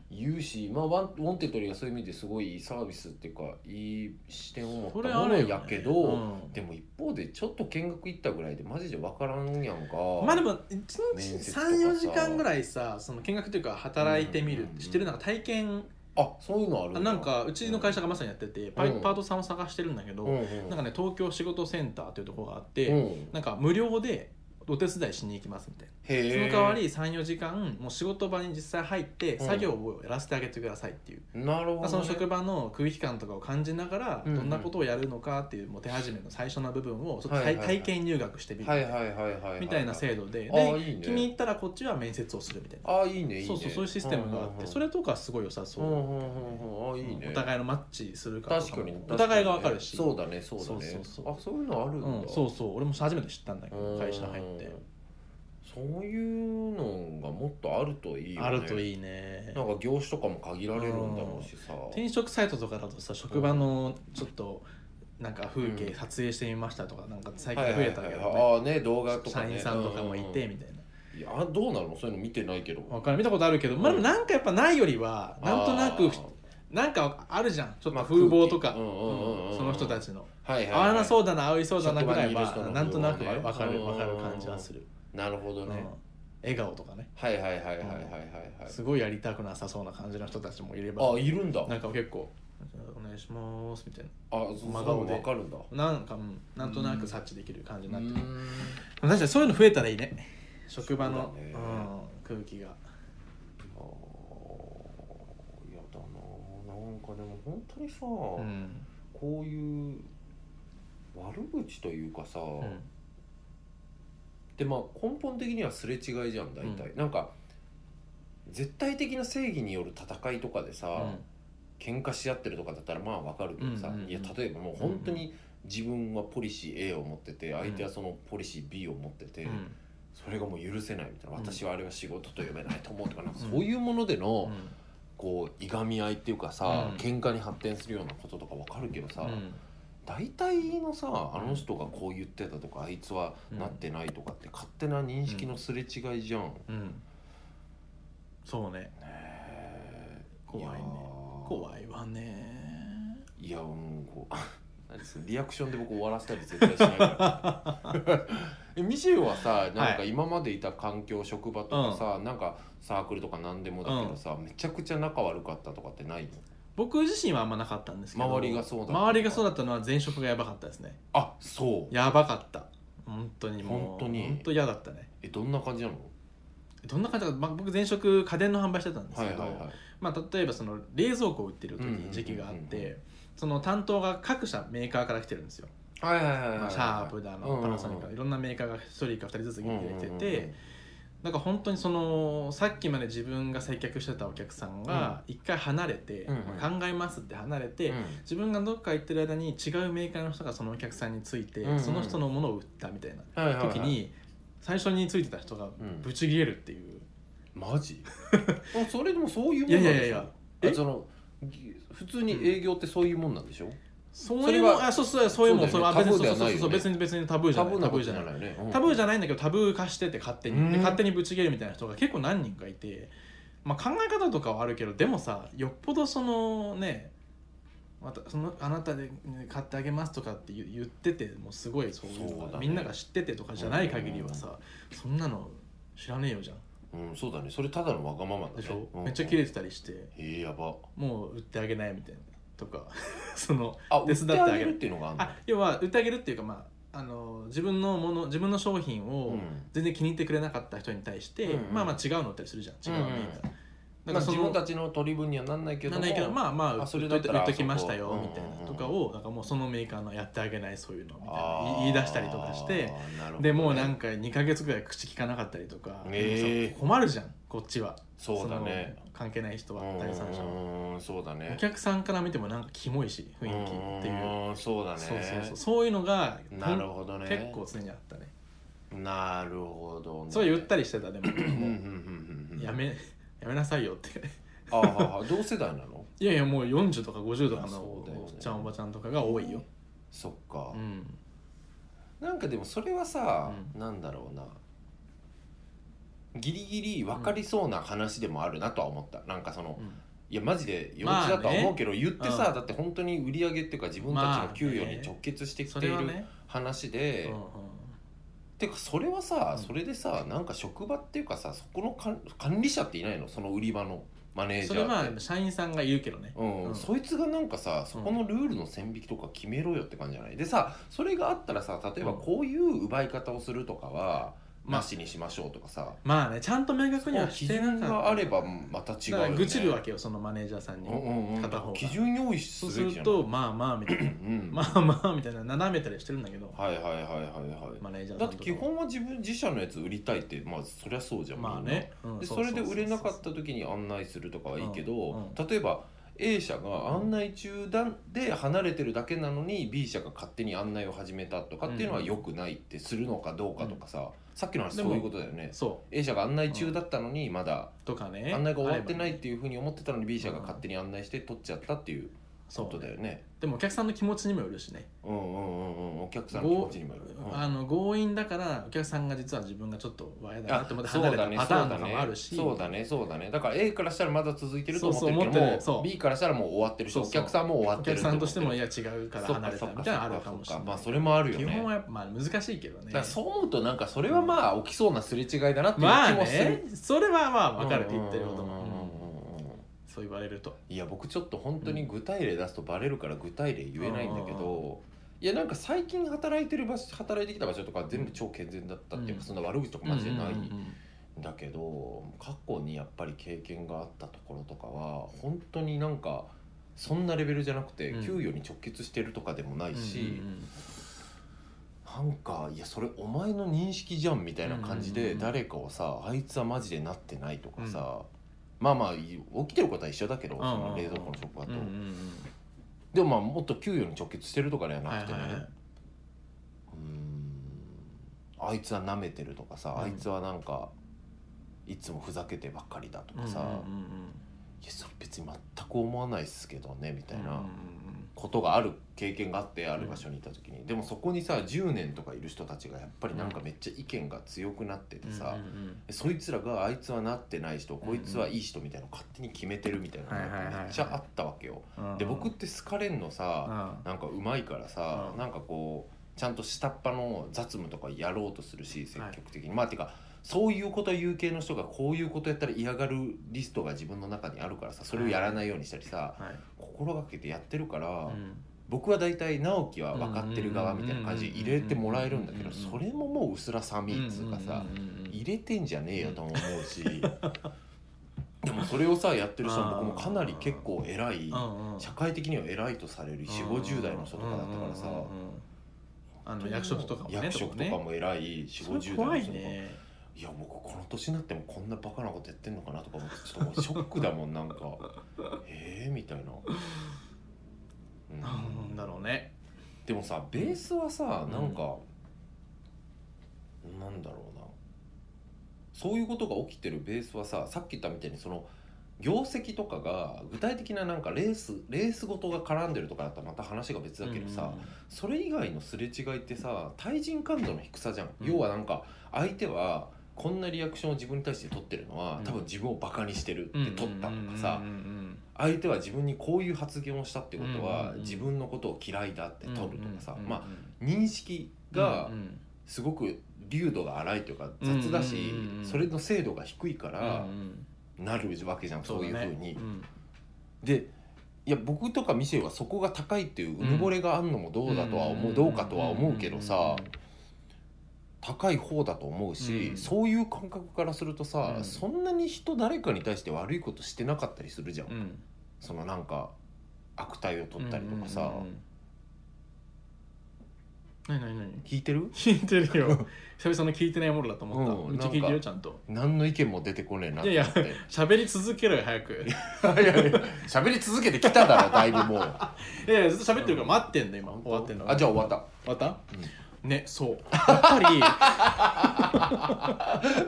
[SPEAKER 2] 言うし、まあワンウォンテッドリーはそういう意味ですごいいいサービスっていうかいい視点を持
[SPEAKER 3] そ
[SPEAKER 2] っ
[SPEAKER 3] れ
[SPEAKER 2] た
[SPEAKER 3] あ
[SPEAKER 2] も
[SPEAKER 3] る
[SPEAKER 2] の
[SPEAKER 3] よね
[SPEAKER 2] やけど、
[SPEAKER 3] うん
[SPEAKER 2] でも一方でちょっと見学行ったぐらいでマジで分からんやんか
[SPEAKER 3] まあでも1日
[SPEAKER 2] 面接とかさ
[SPEAKER 3] 34時間ぐらいさその見学というか働いてみる
[SPEAKER 2] うんうん
[SPEAKER 3] してるなんか体験
[SPEAKER 2] あそういうのあるだ
[SPEAKER 3] なんかうちの会社がまさにやっててパイ
[SPEAKER 2] うん
[SPEAKER 3] パートさんを探してるんだけ
[SPEAKER 2] うん
[SPEAKER 3] ど
[SPEAKER 2] うん、
[SPEAKER 3] なんかね東京仕事センターというところがあっ
[SPEAKER 2] う
[SPEAKER 3] て
[SPEAKER 2] ん、
[SPEAKER 3] なんか無料でお手伝いしに行きますみたいな
[SPEAKER 2] へえ
[SPEAKER 3] その代わり34時間もう仕事場に実際入って
[SPEAKER 2] うん
[SPEAKER 3] 作業をやらせてあげてくださいっていう
[SPEAKER 2] なるほど、ね、
[SPEAKER 3] その職場の空気感とかを感じながら
[SPEAKER 2] う
[SPEAKER 3] ど
[SPEAKER 2] んうん
[SPEAKER 3] んなことをやるのかっていうもう手始めの最初の部分をちょっと
[SPEAKER 2] はいはい
[SPEAKER 3] 体
[SPEAKER 2] はい
[SPEAKER 3] 体験入学してみる
[SPEAKER 2] はいはいはいはいは
[SPEAKER 3] みたいな
[SPEAKER 2] 度
[SPEAKER 3] 制度で
[SPEAKER 2] ああ
[SPEAKER 3] で
[SPEAKER 2] いいね
[SPEAKER 3] 気に入ったらこっちは面接をするみたいな
[SPEAKER 2] ああいいねいいね
[SPEAKER 3] そうそうそういうシステムがあってそ
[SPEAKER 2] れ
[SPEAKER 3] れとかすごい良さ
[SPEAKER 2] うんう
[SPEAKER 3] そうん
[SPEAKER 2] うんうんああいいね
[SPEAKER 3] お互いのマッチするから
[SPEAKER 2] 確かに
[SPEAKER 3] お互いが分かるし
[SPEAKER 2] そうだねそうだね
[SPEAKER 3] そうそうそう
[SPEAKER 2] あそういうのあるんだ、
[SPEAKER 3] うんそうそう俺も初めて知ったんだけ
[SPEAKER 2] う
[SPEAKER 3] ど
[SPEAKER 2] ん
[SPEAKER 3] 会社入って
[SPEAKER 2] そういうのがもっとあるといいよね
[SPEAKER 3] あると
[SPEAKER 2] い
[SPEAKER 3] いいね
[SPEAKER 2] なんか業種とかも限られるんだろうしさ
[SPEAKER 3] 転職サイトとかだとさ職場のちょっとなんか風景撮影してみましたとかなんか最近増えたけ
[SPEAKER 2] はいはい
[SPEAKER 3] ど
[SPEAKER 2] はい
[SPEAKER 3] ね
[SPEAKER 2] ああね動画とか、
[SPEAKER 3] 社
[SPEAKER 2] ね、
[SPEAKER 3] 員さんとかもいて
[SPEAKER 2] うん
[SPEAKER 3] みたいな
[SPEAKER 2] うんいやどうなのそういうの見てないけど
[SPEAKER 3] わかる見たことあるけどまあでもなんかやっぱないよりはなんとな
[SPEAKER 2] あ
[SPEAKER 3] く
[SPEAKER 2] ー
[SPEAKER 3] なんかあるじゃんちょっ
[SPEAKER 2] ま
[SPEAKER 3] と
[SPEAKER 2] あ
[SPEAKER 3] 風貌とか
[SPEAKER 2] 空気うんうんうんうん
[SPEAKER 3] うんその人たちの
[SPEAKER 2] はいはい、
[SPEAKER 3] 合わな
[SPEAKER 2] う
[SPEAKER 3] そうだな合いそうだなぐらい
[SPEAKER 2] 職場にいる人の風
[SPEAKER 3] は
[SPEAKER 2] 貌
[SPEAKER 3] なんとなく
[SPEAKER 2] ね
[SPEAKER 3] わかる
[SPEAKER 2] うん
[SPEAKER 3] わかる感じはする
[SPEAKER 2] なるほど
[SPEAKER 3] うん
[SPEAKER 2] ね、
[SPEAKER 3] 笑顔とかね
[SPEAKER 2] はいはいはいはいはいはいはい
[SPEAKER 3] すごいやりたくなさそうな感じの人たちもいれば
[SPEAKER 2] あいるんだ
[SPEAKER 3] なんか結構「お願いします」みたいな
[SPEAKER 2] あそう
[SPEAKER 3] 真
[SPEAKER 2] そ
[SPEAKER 3] 顔
[SPEAKER 2] う
[SPEAKER 3] で
[SPEAKER 2] 分かるんだ
[SPEAKER 3] なんかうんなんとなく察知できる感じになってる
[SPEAKER 2] うん
[SPEAKER 3] 確かにそういうの増えたらいいね職場
[SPEAKER 2] そ
[SPEAKER 3] の
[SPEAKER 2] うだね
[SPEAKER 3] うん空気が
[SPEAKER 2] あーやだななんかでも本当にさ、
[SPEAKER 3] うん
[SPEAKER 2] こういう悪口というかさ、
[SPEAKER 3] うん
[SPEAKER 2] でまあ根本的にはすれ違いじゃん大体、なんか絶対的な正義による戦いとかでさ、
[SPEAKER 3] うん
[SPEAKER 2] 喧嘩し合ってるとかだったらまあわかるけどさ、
[SPEAKER 3] うんうんうん
[SPEAKER 2] いや例えばもう本当に自分はポリシー A を持ってて相手はそのポリシー B を持ってて、
[SPEAKER 3] うん
[SPEAKER 2] それがもう許せないみたいな、
[SPEAKER 3] うん
[SPEAKER 2] 私はあれは仕事と呼べないと思うとかなんか
[SPEAKER 3] うん
[SPEAKER 2] そういうものでの、
[SPEAKER 3] うん
[SPEAKER 2] こういがみ合いっていうかさ、
[SPEAKER 3] うん
[SPEAKER 2] 喧嘩に発展するようなこととかわかるけどさ、
[SPEAKER 3] うん
[SPEAKER 2] 大体のさあの人がこう言ってたとかあいつは
[SPEAKER 3] うん
[SPEAKER 2] なってないとかって勝手な認識のすれ違いじゃん、
[SPEAKER 3] うんそうね
[SPEAKER 2] ねえ
[SPEAKER 3] 怖い
[SPEAKER 2] や
[SPEAKER 3] ね
[SPEAKER 2] ー
[SPEAKER 3] 怖いわね
[SPEAKER 2] いやもう こう何ですリアクションで僕終わらせたり絶対しないからえミシェルはさなんか
[SPEAKER 3] は
[SPEAKER 2] 今までいた環境職場とかさ、なんかサークルとか何でもだけどさ、めちゃくちゃ仲悪かったとかってないの
[SPEAKER 3] 僕自身はあんまなかったんですけど
[SPEAKER 2] 周りがそうだった
[SPEAKER 3] 周りがそうだったのは前職がやばかったですね
[SPEAKER 2] あそう
[SPEAKER 3] やばかった本当にもう
[SPEAKER 2] 本当に
[SPEAKER 3] 本当嫌だったね
[SPEAKER 2] えどんな感じなの
[SPEAKER 3] どんな感じか、まあ、僕前職家電の販売してたんです
[SPEAKER 2] はい
[SPEAKER 3] け
[SPEAKER 2] はい
[SPEAKER 3] ど、
[SPEAKER 2] はい
[SPEAKER 3] まあ、例えばその冷蔵庫を売ってる
[SPEAKER 2] うんうんうんう
[SPEAKER 3] 時
[SPEAKER 2] ん
[SPEAKER 3] 時期があってその担当が各社メーカーから来てるんですよ、
[SPEAKER 2] はいはいはいはい
[SPEAKER 3] ま
[SPEAKER 2] は
[SPEAKER 3] あ
[SPEAKER 2] い
[SPEAKER 3] シャープだのパナソニックだの
[SPEAKER 2] うん
[SPEAKER 3] いろんなメーカーが1人か2人ずつ
[SPEAKER 2] うんうんうん
[SPEAKER 3] 来てて、なんか本当にそのさっきまで自分が接客してたお客さんが一回離れて、
[SPEAKER 2] うん
[SPEAKER 3] まあ考えますって離れて、
[SPEAKER 2] うん
[SPEAKER 3] 自分がどっか行ってる間に違うメーカーの人がそのお客さんについて、
[SPEAKER 2] うんうん
[SPEAKER 3] その人のものを売ったみたいな
[SPEAKER 2] はいはいはい
[SPEAKER 3] 時に、最初についてた人が
[SPEAKER 2] うん
[SPEAKER 3] ぶち切れるっていう、
[SPEAKER 2] マジあそれでもそういうもん
[SPEAKER 3] いや
[SPEAKER 2] なんで
[SPEAKER 3] い
[SPEAKER 2] しょ
[SPEAKER 3] やいやいや
[SPEAKER 2] あ
[SPEAKER 3] え
[SPEAKER 2] そのぎ普通に営業ってそういうもんなんでしょ、
[SPEAKER 3] そういう
[SPEAKER 2] それ
[SPEAKER 3] も
[SPEAKER 2] は
[SPEAKER 3] んあそうそうそういうもん
[SPEAKER 2] そ
[SPEAKER 3] そうう
[SPEAKER 2] だよね
[SPEAKER 3] あ別に
[SPEAKER 2] タブーではないよね
[SPEAKER 3] そうそうそう別に別にタブーじゃ
[SPEAKER 2] タ
[SPEAKER 3] な
[SPEAKER 2] ブ
[SPEAKER 3] い
[SPEAKER 2] ーなこと
[SPEAKER 3] ーじ
[SPEAKER 2] じ
[SPEAKER 3] ゃ
[SPEAKER 2] ゃ
[SPEAKER 3] ない
[SPEAKER 2] ないよね、
[SPEAKER 3] タブーじ
[SPEAKER 2] ゃ
[SPEAKER 3] ゃないんだけどタブー化してて勝手に
[SPEAKER 2] うん
[SPEAKER 3] で勝手にぶち切れるみたいな人が結構何人かいて、まあ、考え方とかはあるけどでもさよっぽどそのねまたそのあなたでね買ってあげますとかって言言っててもうすごいそういうの
[SPEAKER 2] そう
[SPEAKER 3] が
[SPEAKER 2] だね
[SPEAKER 3] みんなが知っててとかじゃない限りはさそんなの知らねえよじゃん
[SPEAKER 2] うんそうだねそれただのわがままだね
[SPEAKER 3] でしょ、
[SPEAKER 2] うん
[SPEAKER 3] めっちゃ切れてたりして
[SPEAKER 2] えー、やば
[SPEAKER 3] もう売ってあげないみたいなとか その
[SPEAKER 2] あ
[SPEAKER 3] 手
[SPEAKER 2] 手伝って
[SPEAKER 3] 伝っ
[SPEAKER 2] て
[SPEAKER 3] あ
[SPEAKER 2] あ
[SPEAKER 3] げ
[SPEAKER 2] げ
[SPEAKER 3] る
[SPEAKER 2] るっていうのがあるの
[SPEAKER 3] あ要は売ってあげるっていうかまああの自分のもの自分の商品を、
[SPEAKER 2] うん
[SPEAKER 3] 全然気に入ってくれなかった人に対して、
[SPEAKER 2] うんうん
[SPEAKER 3] まあまあ違うの売ったりするじゃん違うメーカー、
[SPEAKER 2] ま
[SPEAKER 3] だか
[SPEAKER 2] あ、
[SPEAKER 3] らそ
[SPEAKER 2] 自
[SPEAKER 3] の
[SPEAKER 2] 分たちの取り分にはなんないけど
[SPEAKER 3] なんだけどまあまあ
[SPEAKER 2] あそ
[SPEAKER 3] 売
[SPEAKER 2] れ
[SPEAKER 3] っ
[SPEAKER 2] だっ
[SPEAKER 3] といて
[SPEAKER 2] た
[SPEAKER 3] 売
[SPEAKER 2] ら
[SPEAKER 3] っときました
[SPEAKER 2] そ
[SPEAKER 3] よ
[SPEAKER 2] こ
[SPEAKER 3] みたい
[SPEAKER 2] うんうんう
[SPEAKER 3] なんとかをなんかもうそのメーカーのやってあげないそういうのみたい
[SPEAKER 2] あ
[SPEAKER 3] な
[SPEAKER 2] ー
[SPEAKER 3] 言い出したりとかして
[SPEAKER 2] なるほどね
[SPEAKER 3] でもうなんか2か月ぐらい口聞かなかったりとか、
[SPEAKER 2] えー
[SPEAKER 3] そう困るじゃんこっちは
[SPEAKER 2] そうだね
[SPEAKER 3] その関係ない人は
[SPEAKER 2] うん
[SPEAKER 3] 第三者は、
[SPEAKER 2] うんうんそうだね
[SPEAKER 3] お客さんから見てもなんかキモいし雰囲気っていう、
[SPEAKER 2] うんそうだね
[SPEAKER 3] そうそうそうそういうのが
[SPEAKER 2] なるほどね
[SPEAKER 3] 結構常にあったね
[SPEAKER 2] なるほどね
[SPEAKER 3] それ言ったりしてたでも
[SPEAKER 2] うんうん
[SPEAKER 3] も
[SPEAKER 2] う
[SPEAKER 3] う
[SPEAKER 2] んうん
[SPEAKER 3] やめやめなさいよって
[SPEAKER 2] あはは同世代なの
[SPEAKER 3] いやいやもう40とか50とか
[SPEAKER 2] あ
[SPEAKER 3] の
[SPEAKER 2] そうだよね
[SPEAKER 3] おっちゃんおばちゃんとかが多いよ、
[SPEAKER 2] そっか、
[SPEAKER 3] うん、
[SPEAKER 2] なんかでもそれはさ、
[SPEAKER 3] う
[SPEAKER 2] なんだろうなギリギリ分かりそうな話でもあるなとは思った、なんかそのいやマジで幼稚だとは思うけど、言ってさ、
[SPEAKER 3] うん
[SPEAKER 2] だって本当に売り上げっていうか自分たち
[SPEAKER 3] まあ
[SPEAKER 2] の
[SPEAKER 3] ね
[SPEAKER 2] 給与に直結してき
[SPEAKER 3] そ
[SPEAKER 2] てい
[SPEAKER 3] れ
[SPEAKER 2] る
[SPEAKER 3] はね、
[SPEAKER 2] 話で、
[SPEAKER 3] うんうん
[SPEAKER 2] てかそれはさ、
[SPEAKER 3] うん
[SPEAKER 2] それでさなんか職場っていうかさそこの管管理者っていないのその売り場のマネージ
[SPEAKER 3] そ
[SPEAKER 2] ャ
[SPEAKER 3] れ
[SPEAKER 2] ーっ
[SPEAKER 3] は
[SPEAKER 2] て。
[SPEAKER 3] 社員さんが言うけどね、
[SPEAKER 2] うん
[SPEAKER 3] うん
[SPEAKER 2] そいつがなんかさそこのルールの線引きとか決めろよって感じじゃないでさそれがあったらさ例えば
[SPEAKER 3] うん
[SPEAKER 2] こういう奪い方をするとかは
[SPEAKER 3] まあ
[SPEAKER 2] なしにしましょうとかさ、
[SPEAKER 3] まあねちゃんと明確には
[SPEAKER 2] 基
[SPEAKER 3] してなか
[SPEAKER 2] 準
[SPEAKER 3] った
[SPEAKER 2] があればまた違う
[SPEAKER 3] だ
[SPEAKER 2] よ、
[SPEAKER 3] から
[SPEAKER 2] ね、
[SPEAKER 3] 愚痴るわけよそのマネージャーさんに、
[SPEAKER 2] うんうんうん、
[SPEAKER 3] 片方が
[SPEAKER 2] 基準用意す
[SPEAKER 3] そうす
[SPEAKER 2] べきじ
[SPEAKER 3] る
[SPEAKER 2] ゃない
[SPEAKER 3] とまあまあみたいな
[SPEAKER 2] うん、
[SPEAKER 3] まあまあみたいな斜めたりしてるんだけど、
[SPEAKER 2] はいはいはいはいはい、
[SPEAKER 3] マネージャー
[SPEAKER 2] だ
[SPEAKER 3] さん
[SPEAKER 2] って
[SPEAKER 3] とか
[SPEAKER 2] 基本は自分自社のやつ売りたいってまあそりゃそうじゃん
[SPEAKER 3] まあ
[SPEAKER 2] みんな
[SPEAKER 3] ね、うん
[SPEAKER 2] で
[SPEAKER 3] う
[SPEAKER 2] そうれ
[SPEAKER 3] う
[SPEAKER 2] で
[SPEAKER 3] う
[SPEAKER 2] 売れなかった時に案内するとかはいいけど、
[SPEAKER 3] うんう
[SPEAKER 2] 例えば A 社が案内中だで離れてるだけなのに B 社が勝手に案内を始めたとかっていうのは
[SPEAKER 3] うん
[SPEAKER 2] 良くないってするのかどうかとかさ、さっきの話
[SPEAKER 3] でも
[SPEAKER 2] そういうことだよね。
[SPEAKER 3] そ
[SPEAKER 2] A 社が案内中だったのにまだ
[SPEAKER 3] うとかね
[SPEAKER 2] 案内が終わって
[SPEAKER 3] あ
[SPEAKER 2] ない
[SPEAKER 3] れば
[SPEAKER 2] っていうふうに思ってたのに B 社が勝手に案内して取っちゃったっていうこ
[SPEAKER 3] そ
[SPEAKER 2] と
[SPEAKER 3] う
[SPEAKER 2] だよね。
[SPEAKER 3] でもお客さんの気持ちにもよるしね、
[SPEAKER 2] うんうんうんうんお客さんの気持ちにもよる。うん
[SPEAKER 3] あの強引だからお客さんが実は自分がちょっとわやだなって思って
[SPEAKER 2] そう
[SPEAKER 3] 離れ
[SPEAKER 2] だ
[SPEAKER 3] た
[SPEAKER 2] ね
[SPEAKER 3] パターンとかもあるし
[SPEAKER 2] そうだねそうだねだから A からしたらまだ続いてると思ってる
[SPEAKER 3] そうそう思って
[SPEAKER 2] け
[SPEAKER 3] る
[SPEAKER 2] ど
[SPEAKER 3] そ
[SPEAKER 2] も
[SPEAKER 3] う
[SPEAKER 2] B からしたらもう終わってるし
[SPEAKER 3] そう
[SPEAKER 2] お
[SPEAKER 3] そう
[SPEAKER 2] 客さんも終わ
[SPEAKER 3] お
[SPEAKER 2] ってる
[SPEAKER 3] 客さんとしてもい
[SPEAKER 2] や
[SPEAKER 3] や違うから離れたみたいなのあるかもしれない、
[SPEAKER 2] まあそれもあるよね
[SPEAKER 3] 基本はやっぱまあ難しいけど
[SPEAKER 2] だ
[SPEAKER 3] ね
[SPEAKER 2] からそう思うとなんかそれはまあ起きそうなすれ違いだなっていう
[SPEAKER 3] まあ
[SPEAKER 2] 気もす
[SPEAKER 3] ね
[SPEAKER 2] る
[SPEAKER 3] それはまあ分かる
[SPEAKER 2] うん
[SPEAKER 3] 言ってることも、
[SPEAKER 2] うんうん
[SPEAKER 3] うん
[SPEAKER 2] うんうん
[SPEAKER 3] そう言われると
[SPEAKER 2] いや僕ちょっと本当に具体例出すとバレるから具体例言えないんだけどいやなんか最近働いてる場所働いてきた場所とか全部超健全だったっていう
[SPEAKER 3] うん
[SPEAKER 2] かそんな悪口とかマジでない
[SPEAKER 3] うんうんうん
[SPEAKER 2] だけど過去にやっぱり経験があったところとかは本当になんかそんなレベルじゃなくて、
[SPEAKER 3] うん
[SPEAKER 2] 給与に直結してるとかでもないし、
[SPEAKER 3] うんうん
[SPEAKER 2] なんかいやそれお前の認識じゃんみたいな感じ
[SPEAKER 3] うんうん
[SPEAKER 2] で
[SPEAKER 3] うん
[SPEAKER 2] 誰かをさあいつはマジでなってないとかさ、まあまあい起きてることは一緒だけど、
[SPEAKER 3] うん
[SPEAKER 2] その冷蔵庫の職場と、
[SPEAKER 3] うんうんうん
[SPEAKER 2] でもまあもっと給与に直結してるとかではなくてね、
[SPEAKER 3] はいはいはいう
[SPEAKER 2] ーんあいつは舐めてるとかさ、
[SPEAKER 3] うん
[SPEAKER 2] あいつはなんかいつもふざけてばっかりだとかさ、
[SPEAKER 3] うんうんうんうん
[SPEAKER 2] いやそれ別に全く思わないっすけどねみたい
[SPEAKER 3] うん
[SPEAKER 2] な
[SPEAKER 3] うん
[SPEAKER 2] ことがある経験があってある場所にいた時に、でもそこにさ10年とかいる人たちがやっぱりなんかめっちゃ意見が強くなってて
[SPEAKER 3] うん
[SPEAKER 2] さ、
[SPEAKER 3] うんうん
[SPEAKER 2] そいつらがあいつはなってない人
[SPEAKER 3] ん
[SPEAKER 2] こいつはいい人みたいなの勝手に決めてるみたいなの
[SPEAKER 3] はいはいはいは
[SPEAKER 2] が
[SPEAKER 3] い
[SPEAKER 2] めっちゃあったわけよ。
[SPEAKER 3] うんうん
[SPEAKER 2] で僕って好かれんのさ
[SPEAKER 3] あ
[SPEAKER 2] なんかうまいからさ
[SPEAKER 3] うん
[SPEAKER 2] なんかこうちゃんと下っ端の雑務とかやろうとするし積極的に、まあてかそういうこと言う系の人がこういうことやったら嫌がるリストが自分の中にあるからさそれをやらないようにしたりさ、
[SPEAKER 3] あはい
[SPEAKER 2] 心がけてやってるから、
[SPEAKER 3] うん
[SPEAKER 2] 僕は大体直樹は分かってる側みたいな感じで入れてもらえるんだけ
[SPEAKER 3] う
[SPEAKER 2] ど
[SPEAKER 3] んうんうんうん
[SPEAKER 2] それももううすら寒いっつうかさ
[SPEAKER 3] んんうんうん
[SPEAKER 2] 入れてんじゃねえよとも思うしでもそれをさやってる人は僕もかなり結構偉い
[SPEAKER 3] うんうん
[SPEAKER 2] 社会的には偉いとされる4 5 0代の人とかだったからさ
[SPEAKER 3] うんうんうんうんあの役職とかもね
[SPEAKER 2] 役職とかも偉い4 5 0代
[SPEAKER 3] 怖
[SPEAKER 2] の
[SPEAKER 3] い
[SPEAKER 2] 人とか
[SPEAKER 3] ね
[SPEAKER 2] いや僕この年になってもこんなバカなことやってんのかなとか思ってちょっともうショックだもんなんか ええみたいな、うん
[SPEAKER 3] なんだろうね
[SPEAKER 2] でもさベースはさ
[SPEAKER 3] うん
[SPEAKER 2] なんか、なんだろうなそういうことが起きてるベースはささっき言ったみたいにその業績とかが具体的ななんかレースレースごとが絡んでるとかだったらまた話が別だけどさ、それ以外のすれ違いってさ対人感度の低さじゃん、
[SPEAKER 3] うん
[SPEAKER 2] 要はなんか相手はこんなリアクションを自分に対して取ってるのは、
[SPEAKER 3] うん
[SPEAKER 2] 多分自分をバカにしてるって取ったとかさ、
[SPEAKER 3] うんうんうん
[SPEAKER 2] 相手は自分にこういう発言をしたってこと
[SPEAKER 3] うん
[SPEAKER 2] は、
[SPEAKER 3] うんうん
[SPEAKER 2] 自分のことを嫌いだって
[SPEAKER 3] うん
[SPEAKER 2] 取るとかさ、
[SPEAKER 3] うんうんうん
[SPEAKER 2] まあ認識が
[SPEAKER 3] うん
[SPEAKER 2] すごく流度が荒いというか雑だし、
[SPEAKER 3] うんうんうんうん
[SPEAKER 2] それの精度が低いか
[SPEAKER 3] うん
[SPEAKER 2] ら
[SPEAKER 3] うん
[SPEAKER 2] なるわけじゃん、そういうふうに。
[SPEAKER 3] ん
[SPEAKER 2] でいや僕とかミシェルはそこが高いっていうう
[SPEAKER 3] うん
[SPEAKER 2] ぬぼれがあるのもどうだとは思う、どうかとは思うけどさ、高い方だと思うし、
[SPEAKER 3] うん
[SPEAKER 2] そういう感覚からするとさ、
[SPEAKER 3] うん
[SPEAKER 2] そんなに人誰かに対して悪いことしてなかったりするじゃん、
[SPEAKER 3] うんうん
[SPEAKER 2] そのなんか悪態を
[SPEAKER 3] うん
[SPEAKER 2] 取ったりとかさ、
[SPEAKER 3] うんうんうん何何何
[SPEAKER 2] 聞いてる
[SPEAKER 3] 聞いてるよ 久々の聞いてないものだと思った
[SPEAKER 2] うん
[SPEAKER 3] めっちゃ聞いてる
[SPEAKER 2] なん
[SPEAKER 3] よ
[SPEAKER 2] か
[SPEAKER 3] ちゃんと
[SPEAKER 2] 何の意見も出てこねえなって
[SPEAKER 3] いや
[SPEAKER 2] 思
[SPEAKER 3] い
[SPEAKER 2] って
[SPEAKER 3] や喋り続けろよ早く
[SPEAKER 2] いやいや喋り続けてきただろだいぶもうあ
[SPEAKER 3] いやいやずっと喋ってるから待ってんだ今終わってんの
[SPEAKER 2] じゃあ終わった
[SPEAKER 3] 終わったねそうやっぱり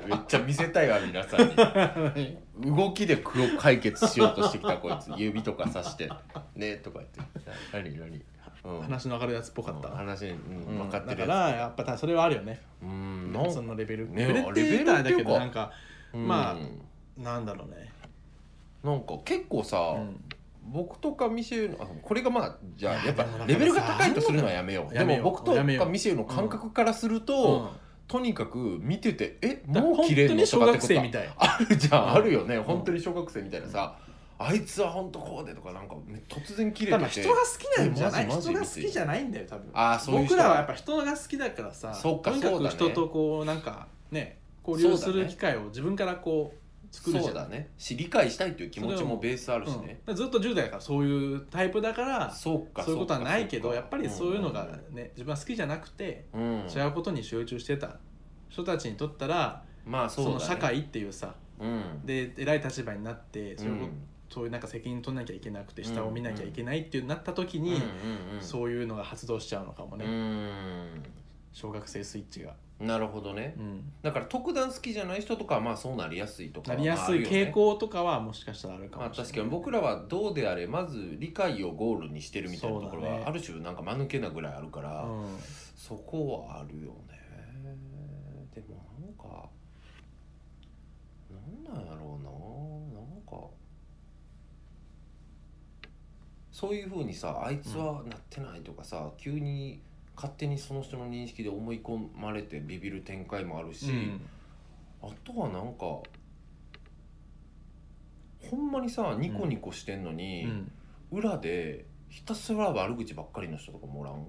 [SPEAKER 2] めっちゃ見せたいわ皆さん に動きで苦を解決しようとしてきたこいつ指とかさして「ね」とか言って何何うん
[SPEAKER 3] 話の上がるやつっぽかった、
[SPEAKER 2] 話に、う、
[SPEAKER 3] うんん
[SPEAKER 2] 分かって
[SPEAKER 3] だ
[SPEAKER 2] る
[SPEAKER 3] か
[SPEAKER 2] やつ
[SPEAKER 3] らやっぱたそれはあるよね
[SPEAKER 2] うんなん
[SPEAKER 3] そのレベル、
[SPEAKER 2] ね
[SPEAKER 3] レベルって言ったらだけ
[SPEAKER 2] レベルっていう
[SPEAKER 3] ど
[SPEAKER 2] か
[SPEAKER 3] なんか
[SPEAKER 2] うん
[SPEAKER 3] まあなんだろうね、
[SPEAKER 2] なんか結構さ、
[SPEAKER 3] うん
[SPEAKER 2] 僕とかミシェルのあこれがまあじゃ
[SPEAKER 3] い
[SPEAKER 2] あ
[SPEAKER 3] や
[SPEAKER 2] やっぱ
[SPEAKER 3] でもなんか
[SPEAKER 2] レベルが
[SPEAKER 3] さ
[SPEAKER 2] 高いとするのはやめよう
[SPEAKER 3] やめよ
[SPEAKER 2] で
[SPEAKER 3] う
[SPEAKER 2] も僕とか
[SPEAKER 3] やめよう
[SPEAKER 2] ミシェルの感覚からする
[SPEAKER 3] う
[SPEAKER 2] と、
[SPEAKER 3] ん
[SPEAKER 2] とにかく見ててえ
[SPEAKER 3] だから
[SPEAKER 2] もう
[SPEAKER 3] 本
[SPEAKER 2] 綺麗
[SPEAKER 3] 当
[SPEAKER 2] な
[SPEAKER 3] に小学生み
[SPEAKER 2] い
[SPEAKER 3] たい
[SPEAKER 2] あるじゃん、
[SPEAKER 3] うん
[SPEAKER 2] あるよね本当に小学生みたいなさ、あいつは本当こうでとかなんかね突然綺麗
[SPEAKER 3] 多
[SPEAKER 2] て
[SPEAKER 3] 分
[SPEAKER 2] て
[SPEAKER 3] 人が好きなんじゃない
[SPEAKER 2] マジマジ
[SPEAKER 3] 人が好きじゃないんだよ多分
[SPEAKER 2] ああそういう人
[SPEAKER 3] 僕らはやっぱ人が好きだからさ
[SPEAKER 2] そっか
[SPEAKER 3] とにか
[SPEAKER 2] そう
[SPEAKER 3] く
[SPEAKER 2] だね
[SPEAKER 3] 人とこうなんかね交流す
[SPEAKER 2] そうだ
[SPEAKER 3] る
[SPEAKER 2] ね
[SPEAKER 3] 機会を自分からこう作る
[SPEAKER 2] そ
[SPEAKER 3] じゃ
[SPEAKER 2] うんだねし理解したいという気持ちもベースあるし
[SPEAKER 3] うん
[SPEAKER 2] ね、
[SPEAKER 3] ずっと10代だからそういうタイプだから
[SPEAKER 2] そうか
[SPEAKER 3] そういうことはないけ
[SPEAKER 2] そ
[SPEAKER 3] ど
[SPEAKER 2] うか
[SPEAKER 3] やっぱりそういうのがね自分は好きじゃなくて
[SPEAKER 2] うん、
[SPEAKER 3] 違うことに集中してた人たちにとったら
[SPEAKER 2] まあそ
[SPEAKER 3] そう
[SPEAKER 2] だ、ね、
[SPEAKER 3] の社会っていうさ
[SPEAKER 2] うん
[SPEAKER 3] で偉い立場になってそう
[SPEAKER 2] う
[SPEAKER 3] いうんことそういうなんか責任取んなきゃいけなくて
[SPEAKER 2] うん
[SPEAKER 3] 下を見なきゃいけないっていうなった時
[SPEAKER 2] うん
[SPEAKER 3] に
[SPEAKER 2] うんうん
[SPEAKER 3] そういうのが発動しちゃうのかも
[SPEAKER 2] う
[SPEAKER 3] ね
[SPEAKER 2] ん
[SPEAKER 3] 小学生スイッチが。
[SPEAKER 2] なるほどね
[SPEAKER 3] うん
[SPEAKER 2] だから特段好きじゃない人とかはまあそうなりやすいとか
[SPEAKER 3] な
[SPEAKER 2] は
[SPEAKER 3] りや
[SPEAKER 2] まあ
[SPEAKER 3] すい傾
[SPEAKER 2] あるよね
[SPEAKER 3] 向とかはもしかしたらあるか
[SPEAKER 2] まあ
[SPEAKER 3] もしれない、
[SPEAKER 2] 確かに僕らはどうであれまず理解をゴールにしてるみたいなところ
[SPEAKER 3] そうだ
[SPEAKER 2] は
[SPEAKER 3] ね
[SPEAKER 2] ある種なんか間抜けなぐらいあるから
[SPEAKER 3] うん、
[SPEAKER 2] そこはあるよねでもなんかなんなんやろうななんかそういうふうにさあいつはなってないとかさ、急に勝手にその人の認識で思い込まれてビビる展開もあるし、
[SPEAKER 3] うん
[SPEAKER 2] あとはなんかほんまにさニコニコしてんのに、
[SPEAKER 3] うん
[SPEAKER 2] 裏でひたすら悪口ばっかりの人とかもおらん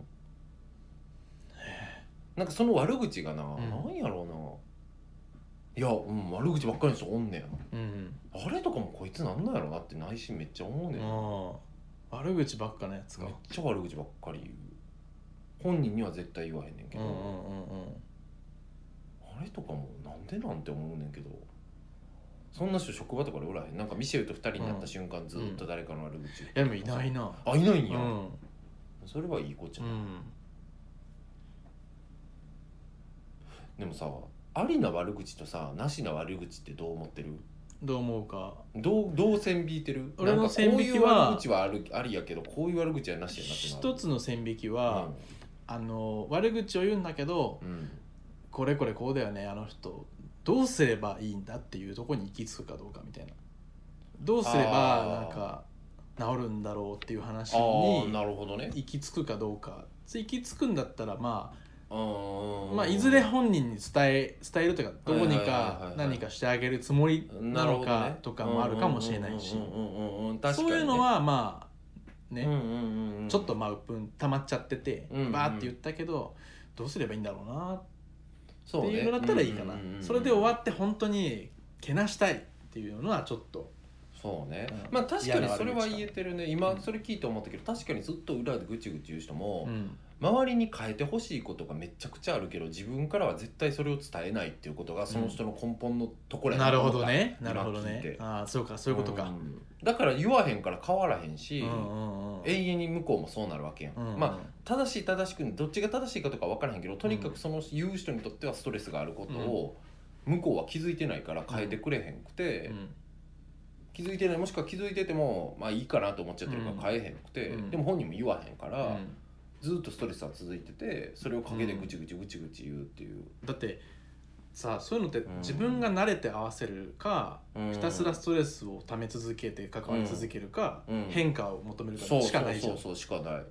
[SPEAKER 2] なんかその悪口がな、
[SPEAKER 3] ん
[SPEAKER 2] なんやろうないや、うん、悪口ばっかりの人おんねん
[SPEAKER 3] うん
[SPEAKER 2] あれとかもこいつなんなんやろなって内心めっちゃ思うねん、
[SPEAKER 3] ああ悪口ばっかのやつか
[SPEAKER 2] めっちゃ悪口ばっかり言う本人には絶対言わへんねんけ
[SPEAKER 3] う
[SPEAKER 2] ど、
[SPEAKER 3] んうんうんうん
[SPEAKER 2] あれとかもなんでなんて思うねんけどそんな人職場とかでおらへんなんかミシェルと二人になった瞬間、ずっと誰かの悪口、
[SPEAKER 3] いやでもいないな
[SPEAKER 2] あいないん
[SPEAKER 3] う
[SPEAKER 2] や、
[SPEAKER 3] ん
[SPEAKER 2] それはいい子ち
[SPEAKER 3] う
[SPEAKER 2] ゃん、
[SPEAKER 3] ん
[SPEAKER 2] でもさありな悪口とさなしな悪口ってどう思ってる
[SPEAKER 3] どう思うか
[SPEAKER 2] どうどう線引いてる
[SPEAKER 3] 俺の
[SPEAKER 2] なんかこういう
[SPEAKER 3] 線引きは
[SPEAKER 2] 悪口はあるありやけどこういう悪口はなしやなって
[SPEAKER 3] 一つの線引きは、あの悪口を言うんだけど
[SPEAKER 2] うん、うん
[SPEAKER 3] これこれこうだよねあの人どうすればいいんだっていうところに行き着くかどうかみたいなどうすればなんか治るんだろうっていう話
[SPEAKER 2] ああ
[SPEAKER 3] に
[SPEAKER 2] なるほどね
[SPEAKER 3] 行き着くかどうか行き着くんだったらまあ、
[SPEAKER 2] あ
[SPEAKER 3] まあ、いずれ本人に伝え伝えるというかどうに
[SPEAKER 2] はいはいはいはいは
[SPEAKER 3] か
[SPEAKER 2] い
[SPEAKER 3] 何かしてあげるつもりなのかとかもあるかもしれないしそういうのはまあね、ちょっとまあ鬱憤溜まっちゃってて、
[SPEAKER 2] うんうん
[SPEAKER 3] バーって言ったけどどうすればいいんだろうな
[SPEAKER 2] そう
[SPEAKER 3] って
[SPEAKER 2] ね
[SPEAKER 3] いうのだったらいいかな、
[SPEAKER 2] うんうんうん
[SPEAKER 3] それで終わって本当にけなしたいっていうのはちょっと
[SPEAKER 2] そうね、
[SPEAKER 3] うん
[SPEAKER 2] まあ確かにそれは
[SPEAKER 3] 嫌な悪口か
[SPEAKER 2] 言えてるね今それ聞いて思ったけど確かにずっと裏でぐちぐち言う人も、
[SPEAKER 3] うん
[SPEAKER 2] 周りに変えてほしいことがめちゃくちゃあるけど自分からは絶対それを伝えないっていうことがその人の根本のところや
[SPEAKER 3] なるほどね
[SPEAKER 2] 今
[SPEAKER 3] なるほど
[SPEAKER 2] 聞い
[SPEAKER 3] ね
[SPEAKER 2] て
[SPEAKER 3] ああそうかそういうことか、うん
[SPEAKER 2] んだから言わへんから変わらへん
[SPEAKER 3] う
[SPEAKER 2] し、
[SPEAKER 3] んうん、
[SPEAKER 2] 永遠に向こうもそうなるわけやん、
[SPEAKER 3] うんうん
[SPEAKER 2] まあ正しい正しくどっちが正しいかとか分からへんけどとにかくその言う人にとってはストレスがあることを向こうは気づいてないから変えてくれへんくて、
[SPEAKER 3] うん
[SPEAKER 2] 気づいてないもしくは気づいててもまあいいかなと思っちゃってるから変えへんくて、
[SPEAKER 3] うん
[SPEAKER 2] でも本人も言わへんか
[SPEAKER 3] う
[SPEAKER 2] ら、
[SPEAKER 3] ん
[SPEAKER 2] ずっとストレスは続いててそれを陰でぐちぐちぐちぐち言うっていう、
[SPEAKER 3] だってさあそういうのって
[SPEAKER 2] ん
[SPEAKER 3] 自分が慣れて合わせるか、ひたすらストレスをため続けて関わり続けるか、
[SPEAKER 2] うん
[SPEAKER 3] 変化を求める
[SPEAKER 2] そ
[SPEAKER 3] か
[SPEAKER 2] う
[SPEAKER 3] しかないじゃん
[SPEAKER 2] そうそうそうしかない、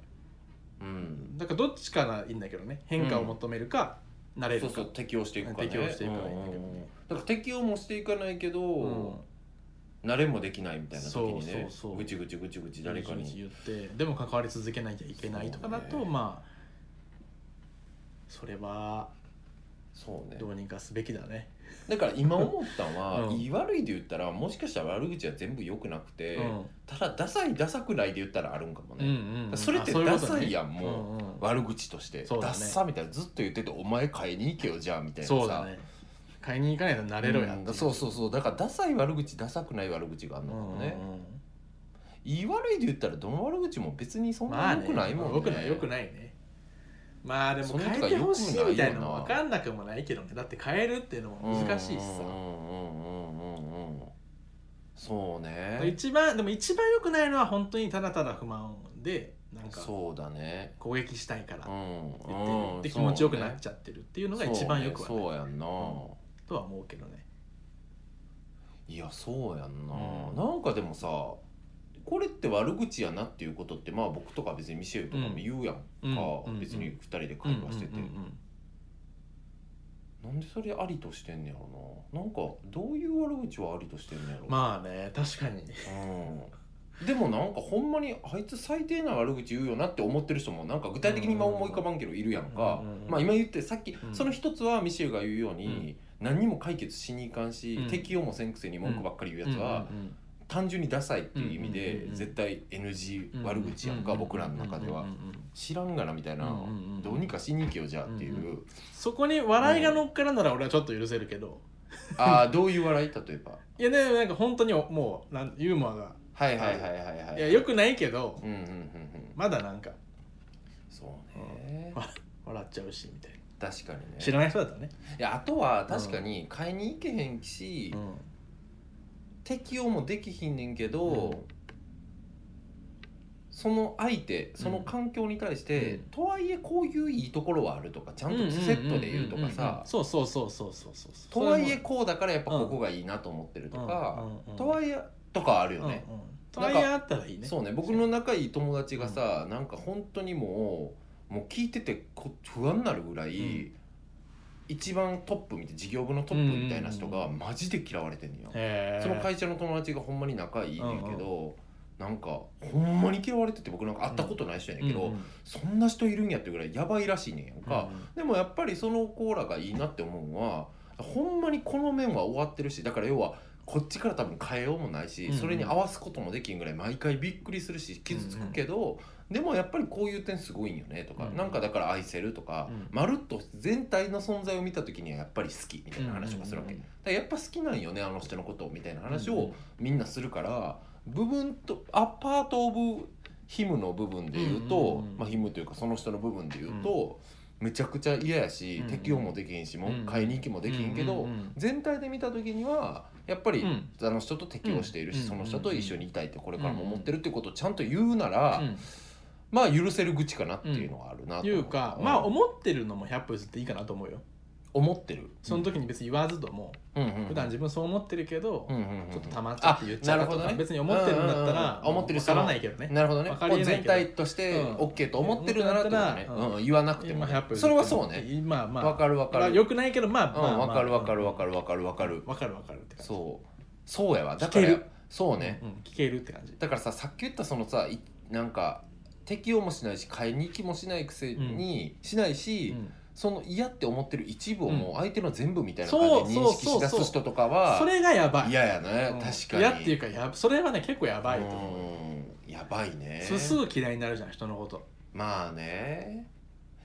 [SPEAKER 2] うん、
[SPEAKER 3] だからどっちかがいいんだけどね変化を求めるか、慣れる
[SPEAKER 2] そ
[SPEAKER 3] か
[SPEAKER 2] うそう適応していくからね
[SPEAKER 3] 適応していくからいいんだけどね
[SPEAKER 2] ううだから適応もしていかないけど、
[SPEAKER 3] うん
[SPEAKER 2] 慣れもできないみたいな時にね
[SPEAKER 3] そうそうそう
[SPEAKER 2] ぐちぐちぐちぐち誰か
[SPEAKER 3] 一日
[SPEAKER 2] に
[SPEAKER 3] 言ってでも関わり続けなきゃいけないとかだと
[SPEAKER 2] そうね
[SPEAKER 3] まあそれは
[SPEAKER 2] そうね
[SPEAKER 3] どうにかすべきだね、
[SPEAKER 2] だから今思ったのは、
[SPEAKER 3] うん
[SPEAKER 2] 言い悪いで言ったらもしかしたら悪口は全部良くなくて、
[SPEAKER 3] うん
[SPEAKER 2] ただダサいダサくないで言ったらあるんかもね、
[SPEAKER 3] うんうん
[SPEAKER 2] それって
[SPEAKER 3] あそういうこと
[SPEAKER 2] ダ
[SPEAKER 3] ね
[SPEAKER 2] サいやんも
[SPEAKER 3] うんうん
[SPEAKER 2] 悪口として、
[SPEAKER 3] そうだ
[SPEAKER 2] ダ
[SPEAKER 3] ね
[SPEAKER 2] ッサみたいなずっと言ってて「お前買いに行けよじゃあ」みたいなさ
[SPEAKER 3] そうだね買いに行かないとなれろや
[SPEAKER 2] うんそうそうそうだからダサい悪口ダサくない悪口がある
[SPEAKER 3] う
[SPEAKER 2] の
[SPEAKER 3] ん
[SPEAKER 2] か
[SPEAKER 3] うんう
[SPEAKER 2] も
[SPEAKER 3] ん
[SPEAKER 2] ね、言い悪いで言ったらどの悪口も別にそん
[SPEAKER 3] ま
[SPEAKER 2] な
[SPEAKER 3] あ
[SPEAKER 2] 良
[SPEAKER 3] ね
[SPEAKER 2] くないもんね、
[SPEAKER 3] よくないよく
[SPEAKER 2] い
[SPEAKER 3] ないねまあで
[SPEAKER 2] そ
[SPEAKER 3] も
[SPEAKER 2] の人が
[SPEAKER 3] 変えてほしいみたいなの
[SPEAKER 2] 良
[SPEAKER 3] 分
[SPEAKER 2] くない
[SPEAKER 3] かんなくもないけどねだって変えるっていうのも難しいしさ
[SPEAKER 2] そうね
[SPEAKER 3] 一番でも一番良くないのは本当にただただ不満でなんか
[SPEAKER 2] そうだね
[SPEAKER 3] 攻撃したいから
[SPEAKER 2] う
[SPEAKER 3] 言
[SPEAKER 2] ん
[SPEAKER 3] ってる、
[SPEAKER 2] うん
[SPEAKER 3] で気持ちよくなっ
[SPEAKER 2] ゃ
[SPEAKER 3] ちゃってるっていうのが一番よくは
[SPEAKER 2] そう
[SPEAKER 3] ない
[SPEAKER 2] やんな、
[SPEAKER 3] とは思うけどね
[SPEAKER 2] いやそうやんな、
[SPEAKER 3] うん
[SPEAKER 2] なんかでもさこれって悪口やなっていうことってまあ僕とか別にミシェルとかも言うやんか、
[SPEAKER 3] うんうん
[SPEAKER 2] 別に2人で会話してて、
[SPEAKER 3] うんうんうん
[SPEAKER 2] なんでそれありとしてんねやろななんかどういう悪口はありとしてんねやろ、
[SPEAKER 3] まあね確かに
[SPEAKER 2] うん、でもなんかほんまにあいつ最低な悪口言うよなって思ってる人もなんか具体的に今思い浮かばんけどいるやんか、
[SPEAKER 3] うんうんうん
[SPEAKER 2] まあ今言ってさっき、
[SPEAKER 3] うん
[SPEAKER 2] その一つはミシェルが言うように、何にも解決しにいかんし、
[SPEAKER 3] うん
[SPEAKER 2] 適応もせんくせに文句ばっかり言うやつは、
[SPEAKER 3] うんうんうん
[SPEAKER 2] 単純にダサいっていう意味
[SPEAKER 3] うんうん
[SPEAKER 2] で
[SPEAKER 3] うんうん
[SPEAKER 2] 絶対 NG 悪口やんか僕らの中では
[SPEAKER 3] うんうんうんうん
[SPEAKER 2] 知らんがなみたいな
[SPEAKER 3] うんうんうん
[SPEAKER 2] どうにかしに行けよじゃあってい
[SPEAKER 3] うんう
[SPEAKER 2] う
[SPEAKER 3] そこに笑いが乗っからなら俺はちょっと許せるけど
[SPEAKER 2] ああどういう笑い例えば
[SPEAKER 3] いやでもなんか本当にもうなんユーモアが
[SPEAKER 2] はいはいはいはいはい
[SPEAKER 3] いやよくないけど
[SPEAKER 2] うんうんうんうん
[SPEAKER 3] まだなんか
[SPEAKER 2] そうね
[SPEAKER 3] わ笑っちゃうしみたいな
[SPEAKER 2] 確かにね
[SPEAKER 3] 知らない人だったらね
[SPEAKER 2] いやあとは確かに買いに行けへんし適応もできひんねんけ
[SPEAKER 3] う
[SPEAKER 2] ど
[SPEAKER 3] ん
[SPEAKER 2] その相手その環境に対して、
[SPEAKER 3] うん
[SPEAKER 2] とはいえこういういいところはあるとかちゃんとセットで言うとかさ、
[SPEAKER 3] んんんんそうそうそうそうそうそうそう
[SPEAKER 2] とはいえこうだからやっぱここがいいなと思ってるとか、とはいいえとかあるよね、
[SPEAKER 3] うんうんとはいえあったらいいね
[SPEAKER 2] そうね僕の仲いい友達がさ、なんか本当にもうもう聞いててこ不安になるぐらい、
[SPEAKER 3] うん
[SPEAKER 2] 一番トップみたい事業部のトップみたいな人が
[SPEAKER 3] うん
[SPEAKER 2] マジで嫌われてんのよ、
[SPEAKER 3] へー
[SPEAKER 2] その会社の友達がほんまに仲いいねんけど、なんかほんまに嫌われてて僕なんか会ったことない人やねんけど、
[SPEAKER 3] うんうん
[SPEAKER 2] そんな人いるんやっていうぐらいやばいらしいねんやんか、でもやっぱりそのコーラがいいなって思うのはほんまにこの面は終わってるしだから要はこっちから多分変えようもないし、
[SPEAKER 3] うんうん
[SPEAKER 2] それに合わすこともできんぐらい毎回びっくりするし傷つくけど、でもやっぱりこういう点すごいんよねとか、
[SPEAKER 3] うんうん
[SPEAKER 2] なんかだから愛せるとか、
[SPEAKER 3] うん
[SPEAKER 2] まるっと全体の存在を見た時にはやっぱり好きみたいな話とかするわけ、
[SPEAKER 3] うんうん
[SPEAKER 2] だからやっぱ好きなんよねあの人のことをみたいな話
[SPEAKER 3] うんう
[SPEAKER 2] を
[SPEAKER 3] ん
[SPEAKER 2] みんなするから部分とアパート・オブ・ヒムの部分で言うと、
[SPEAKER 3] うんうんうん
[SPEAKER 2] まあ、ヒムというかその人の部分で言うと、めちゃくちゃ嫌やし、
[SPEAKER 3] うんうん
[SPEAKER 2] 適応もできへんしも
[SPEAKER 3] うんうん
[SPEAKER 2] 買いに行きもできへんけど、
[SPEAKER 3] うんうん
[SPEAKER 2] 全体で見た時にはやっぱり、
[SPEAKER 3] うん
[SPEAKER 2] あの人と適応しているし、
[SPEAKER 3] うん
[SPEAKER 2] その人と一緒にいたいってこれからも思ってるってことをちゃんと言うなら、
[SPEAKER 3] うん
[SPEAKER 2] まあ許せる口かなっていうのはあるなと
[SPEAKER 3] いうかまあ
[SPEAKER 2] うん
[SPEAKER 3] 思ってるのも100歩譲っていいかなと思うよ
[SPEAKER 2] 思ってる
[SPEAKER 3] その時に別に言わずとも
[SPEAKER 2] うんうんうん
[SPEAKER 3] 普段自分そう思ってるけど
[SPEAKER 2] うんうんうん
[SPEAKER 3] ちょっとたまっちゃって言っちゃ
[SPEAKER 2] あな
[SPEAKER 3] う
[SPEAKER 2] るほ
[SPEAKER 3] と
[SPEAKER 2] ど
[SPEAKER 3] か
[SPEAKER 2] ね
[SPEAKER 3] 別に思ってるんだった
[SPEAKER 2] うんうん
[SPEAKER 3] ら
[SPEAKER 2] うん思ってる
[SPEAKER 3] わ
[SPEAKER 2] 人
[SPEAKER 3] か
[SPEAKER 2] も
[SPEAKER 3] らないけどね
[SPEAKER 2] なるほどね
[SPEAKER 3] わかりえ
[SPEAKER 2] こう
[SPEAKER 3] ないけ
[SPEAKER 2] 全
[SPEAKER 3] ど
[SPEAKER 2] 体として
[SPEAKER 3] うん
[SPEAKER 2] OK と思ってるならってことね、
[SPEAKER 3] うん
[SPEAKER 2] うん言わなくても
[SPEAKER 3] 今
[SPEAKER 2] ね、
[SPEAKER 3] 100歩譲って
[SPEAKER 2] それはそうね
[SPEAKER 3] まあまあ
[SPEAKER 2] わかるわか
[SPEAKER 3] まあ
[SPEAKER 2] る
[SPEAKER 3] よくないけどまあ
[SPEAKER 2] うん
[SPEAKER 3] まあまあ
[SPEAKER 2] わかるわかるわかるわかるわかる
[SPEAKER 3] わかるわかるって感じ
[SPEAKER 2] そうそうやわだから
[SPEAKER 3] 聞ける
[SPEAKER 2] そうね、
[SPEAKER 3] うん聞けるって感じ
[SPEAKER 2] だからささっき言ったそのさいなんか適応もしないし買いに行きもしないくせに、しないし、
[SPEAKER 3] うん
[SPEAKER 2] その嫌って思ってる一部をもう相手の全部みたいな
[SPEAKER 3] そう
[SPEAKER 2] 感じで認識
[SPEAKER 3] そ
[SPEAKER 2] し
[SPEAKER 3] うそ
[SPEAKER 2] だ
[SPEAKER 3] うそう
[SPEAKER 2] す人とかは
[SPEAKER 3] それがやばい
[SPEAKER 2] 嫌やね、
[SPEAKER 3] うん
[SPEAKER 2] 確かに
[SPEAKER 3] 嫌っていうかやそれはね結構やばいと思う
[SPEAKER 2] うんやばいね
[SPEAKER 3] すすぐ嫌いになるじゃん人のこと
[SPEAKER 2] まあね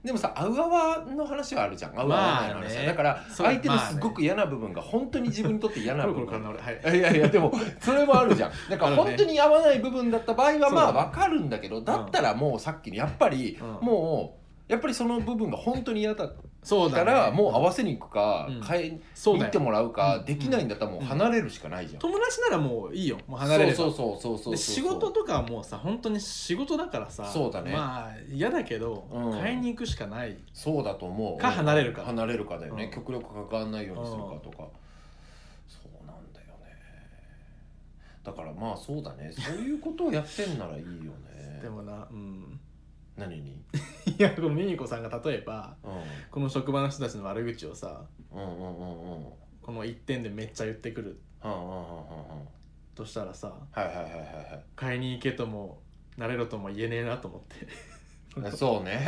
[SPEAKER 2] でもさ合う合わの話はあるじゃん合う合わないの話は、
[SPEAKER 3] まあね
[SPEAKER 2] だから
[SPEAKER 3] そう
[SPEAKER 2] 相手のすごく嫌な部分が本当に自分にとって嫌
[SPEAKER 3] コ
[SPEAKER 2] な
[SPEAKER 3] ロ
[SPEAKER 2] 部
[SPEAKER 3] コロ
[SPEAKER 2] 分
[SPEAKER 3] 変わるはい
[SPEAKER 2] いやいやでもそれもあるじゃんだから
[SPEAKER 3] あるね
[SPEAKER 2] 本当に合わない部分だった場合はまあ
[SPEAKER 3] そうだね
[SPEAKER 2] わかるんだけどだったらもうさっきのやっぱり
[SPEAKER 3] うん
[SPEAKER 2] もうやっぱりその部分が本当に嫌だっ
[SPEAKER 3] そう
[SPEAKER 2] た
[SPEAKER 3] だね
[SPEAKER 2] らもう合わせに行くか
[SPEAKER 3] うん
[SPEAKER 2] 変え
[SPEAKER 3] そう
[SPEAKER 2] 行
[SPEAKER 3] だ
[SPEAKER 2] って
[SPEAKER 3] よ
[SPEAKER 2] もらう
[SPEAKER 3] う
[SPEAKER 2] か
[SPEAKER 3] ん
[SPEAKER 2] できないんだったらもう離れるしかないじゃん
[SPEAKER 3] 友達ならもういいよもう離れれば
[SPEAKER 2] そうそうそうそうそうそう
[SPEAKER 3] で仕事とかはもうさ本当に仕事だからさ
[SPEAKER 2] そうだね
[SPEAKER 3] まあ嫌だけど、
[SPEAKER 2] うん
[SPEAKER 3] 買いに行くしかない
[SPEAKER 2] そうだと思う
[SPEAKER 3] か離れるか
[SPEAKER 2] 離れるかだよね、
[SPEAKER 3] うん
[SPEAKER 2] 極力関わんないようにするかとか、そうなんだよねだからまあそうだねそういうことをやってんならいいよね
[SPEAKER 3] でもなうん
[SPEAKER 2] 何に、
[SPEAKER 3] いやこのミミコさんが例えば
[SPEAKER 2] うん、
[SPEAKER 3] この職場の人たちの悪口をさ
[SPEAKER 2] うんうんうんうんうんうんうん
[SPEAKER 3] この一点でめっちゃ言ってくる
[SPEAKER 2] うん
[SPEAKER 3] としたらさ
[SPEAKER 2] はいはいはいは
[SPEAKER 3] 買いに行けともなれろとも言えねえなと思って
[SPEAKER 2] いはい そうね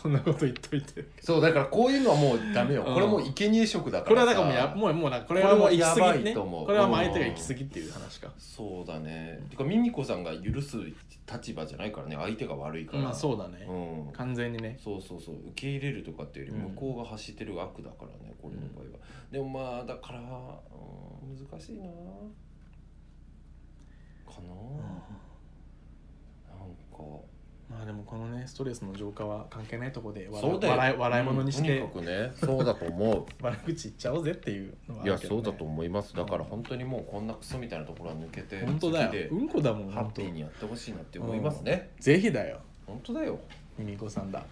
[SPEAKER 3] こんなこと言っと いて
[SPEAKER 2] そうだからこういうのはもうダメよ、
[SPEAKER 3] うん
[SPEAKER 2] これもう生贄色だ
[SPEAKER 3] こ
[SPEAKER 2] か
[SPEAKER 3] れ
[SPEAKER 2] ら
[SPEAKER 3] は
[SPEAKER 2] さ
[SPEAKER 3] だからもうやもうもうなこれはもう行き
[SPEAKER 2] これは
[SPEAKER 3] 過
[SPEAKER 2] や
[SPEAKER 3] ぎ
[SPEAKER 2] ばい
[SPEAKER 3] ね
[SPEAKER 2] と思う
[SPEAKER 3] これはもう相手が行き過ぎっていう話か、
[SPEAKER 2] そうだねてかミミコさんが許す立場じゃないからね相手が悪いから
[SPEAKER 3] まあそうだね、
[SPEAKER 2] うん、
[SPEAKER 3] 完全にね
[SPEAKER 2] そうそうそう受け入れるとかっていうより
[SPEAKER 3] うん
[SPEAKER 2] 向こうが走ってる悪だからね、これの場合はでもまあだから、うん、難しいなかな、
[SPEAKER 3] うん
[SPEAKER 2] なんか
[SPEAKER 3] ままあでもこのねストレスの浄化は関係ないとこで笑
[SPEAKER 2] そうだよ
[SPEAKER 3] 笑い笑い物にして、
[SPEAKER 2] うんとにかくねそうだと 思
[SPEAKER 3] 悪口言っちゃおうぜっていうのは
[SPEAKER 2] う
[SPEAKER 3] あ
[SPEAKER 2] い
[SPEAKER 3] る
[SPEAKER 2] や
[SPEAKER 3] け
[SPEAKER 2] そ
[SPEAKER 3] どね、
[SPEAKER 2] うだと思いますだから本当にもうこんなクソみたいなところは抜けて
[SPEAKER 3] 本当だ
[SPEAKER 2] 好き
[SPEAKER 3] よ
[SPEAKER 2] で
[SPEAKER 3] うんこだもん
[SPEAKER 2] ハッ
[SPEAKER 3] 本当
[SPEAKER 2] ピーにやってほしいなって思いますね、
[SPEAKER 3] ぜひだよ
[SPEAKER 2] 本当だよ
[SPEAKER 3] ミミコさんだ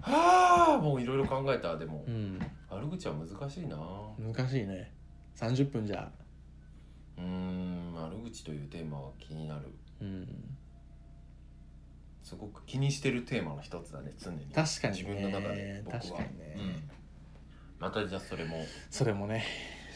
[SPEAKER 2] はあもういろいろ考えたでも、
[SPEAKER 3] ん
[SPEAKER 2] 悪口は難しいなう
[SPEAKER 3] 難しいね30分じゃ
[SPEAKER 2] ーん悪口というテーマは気になる
[SPEAKER 3] うん
[SPEAKER 2] すごく気にしてるテーマの一つだね常に
[SPEAKER 3] 確かにね
[SPEAKER 2] 自分の中で僕は
[SPEAKER 3] 確かにね
[SPEAKER 2] うんまたじゃあそれも
[SPEAKER 3] それもね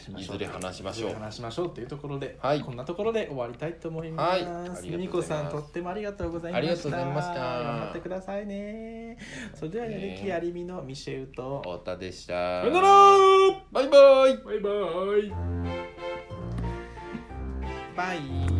[SPEAKER 3] し
[SPEAKER 2] いずれ話しま
[SPEAKER 3] い
[SPEAKER 2] し
[SPEAKER 3] ず
[SPEAKER 2] ょう
[SPEAKER 3] れ話しましょうっていうところで、
[SPEAKER 2] はい
[SPEAKER 3] こんなところで終わりたいと思いま。
[SPEAKER 2] はいありがとうございますす
[SPEAKER 3] ミミコさんとってもありがとうございました。
[SPEAKER 2] ありがとうございました
[SPEAKER 3] 頑張ってくださいね。それではやる気ありみのミシェウと。
[SPEAKER 2] 太田でした
[SPEAKER 3] さよなら
[SPEAKER 2] バイバイ
[SPEAKER 3] バイバイ。バイ。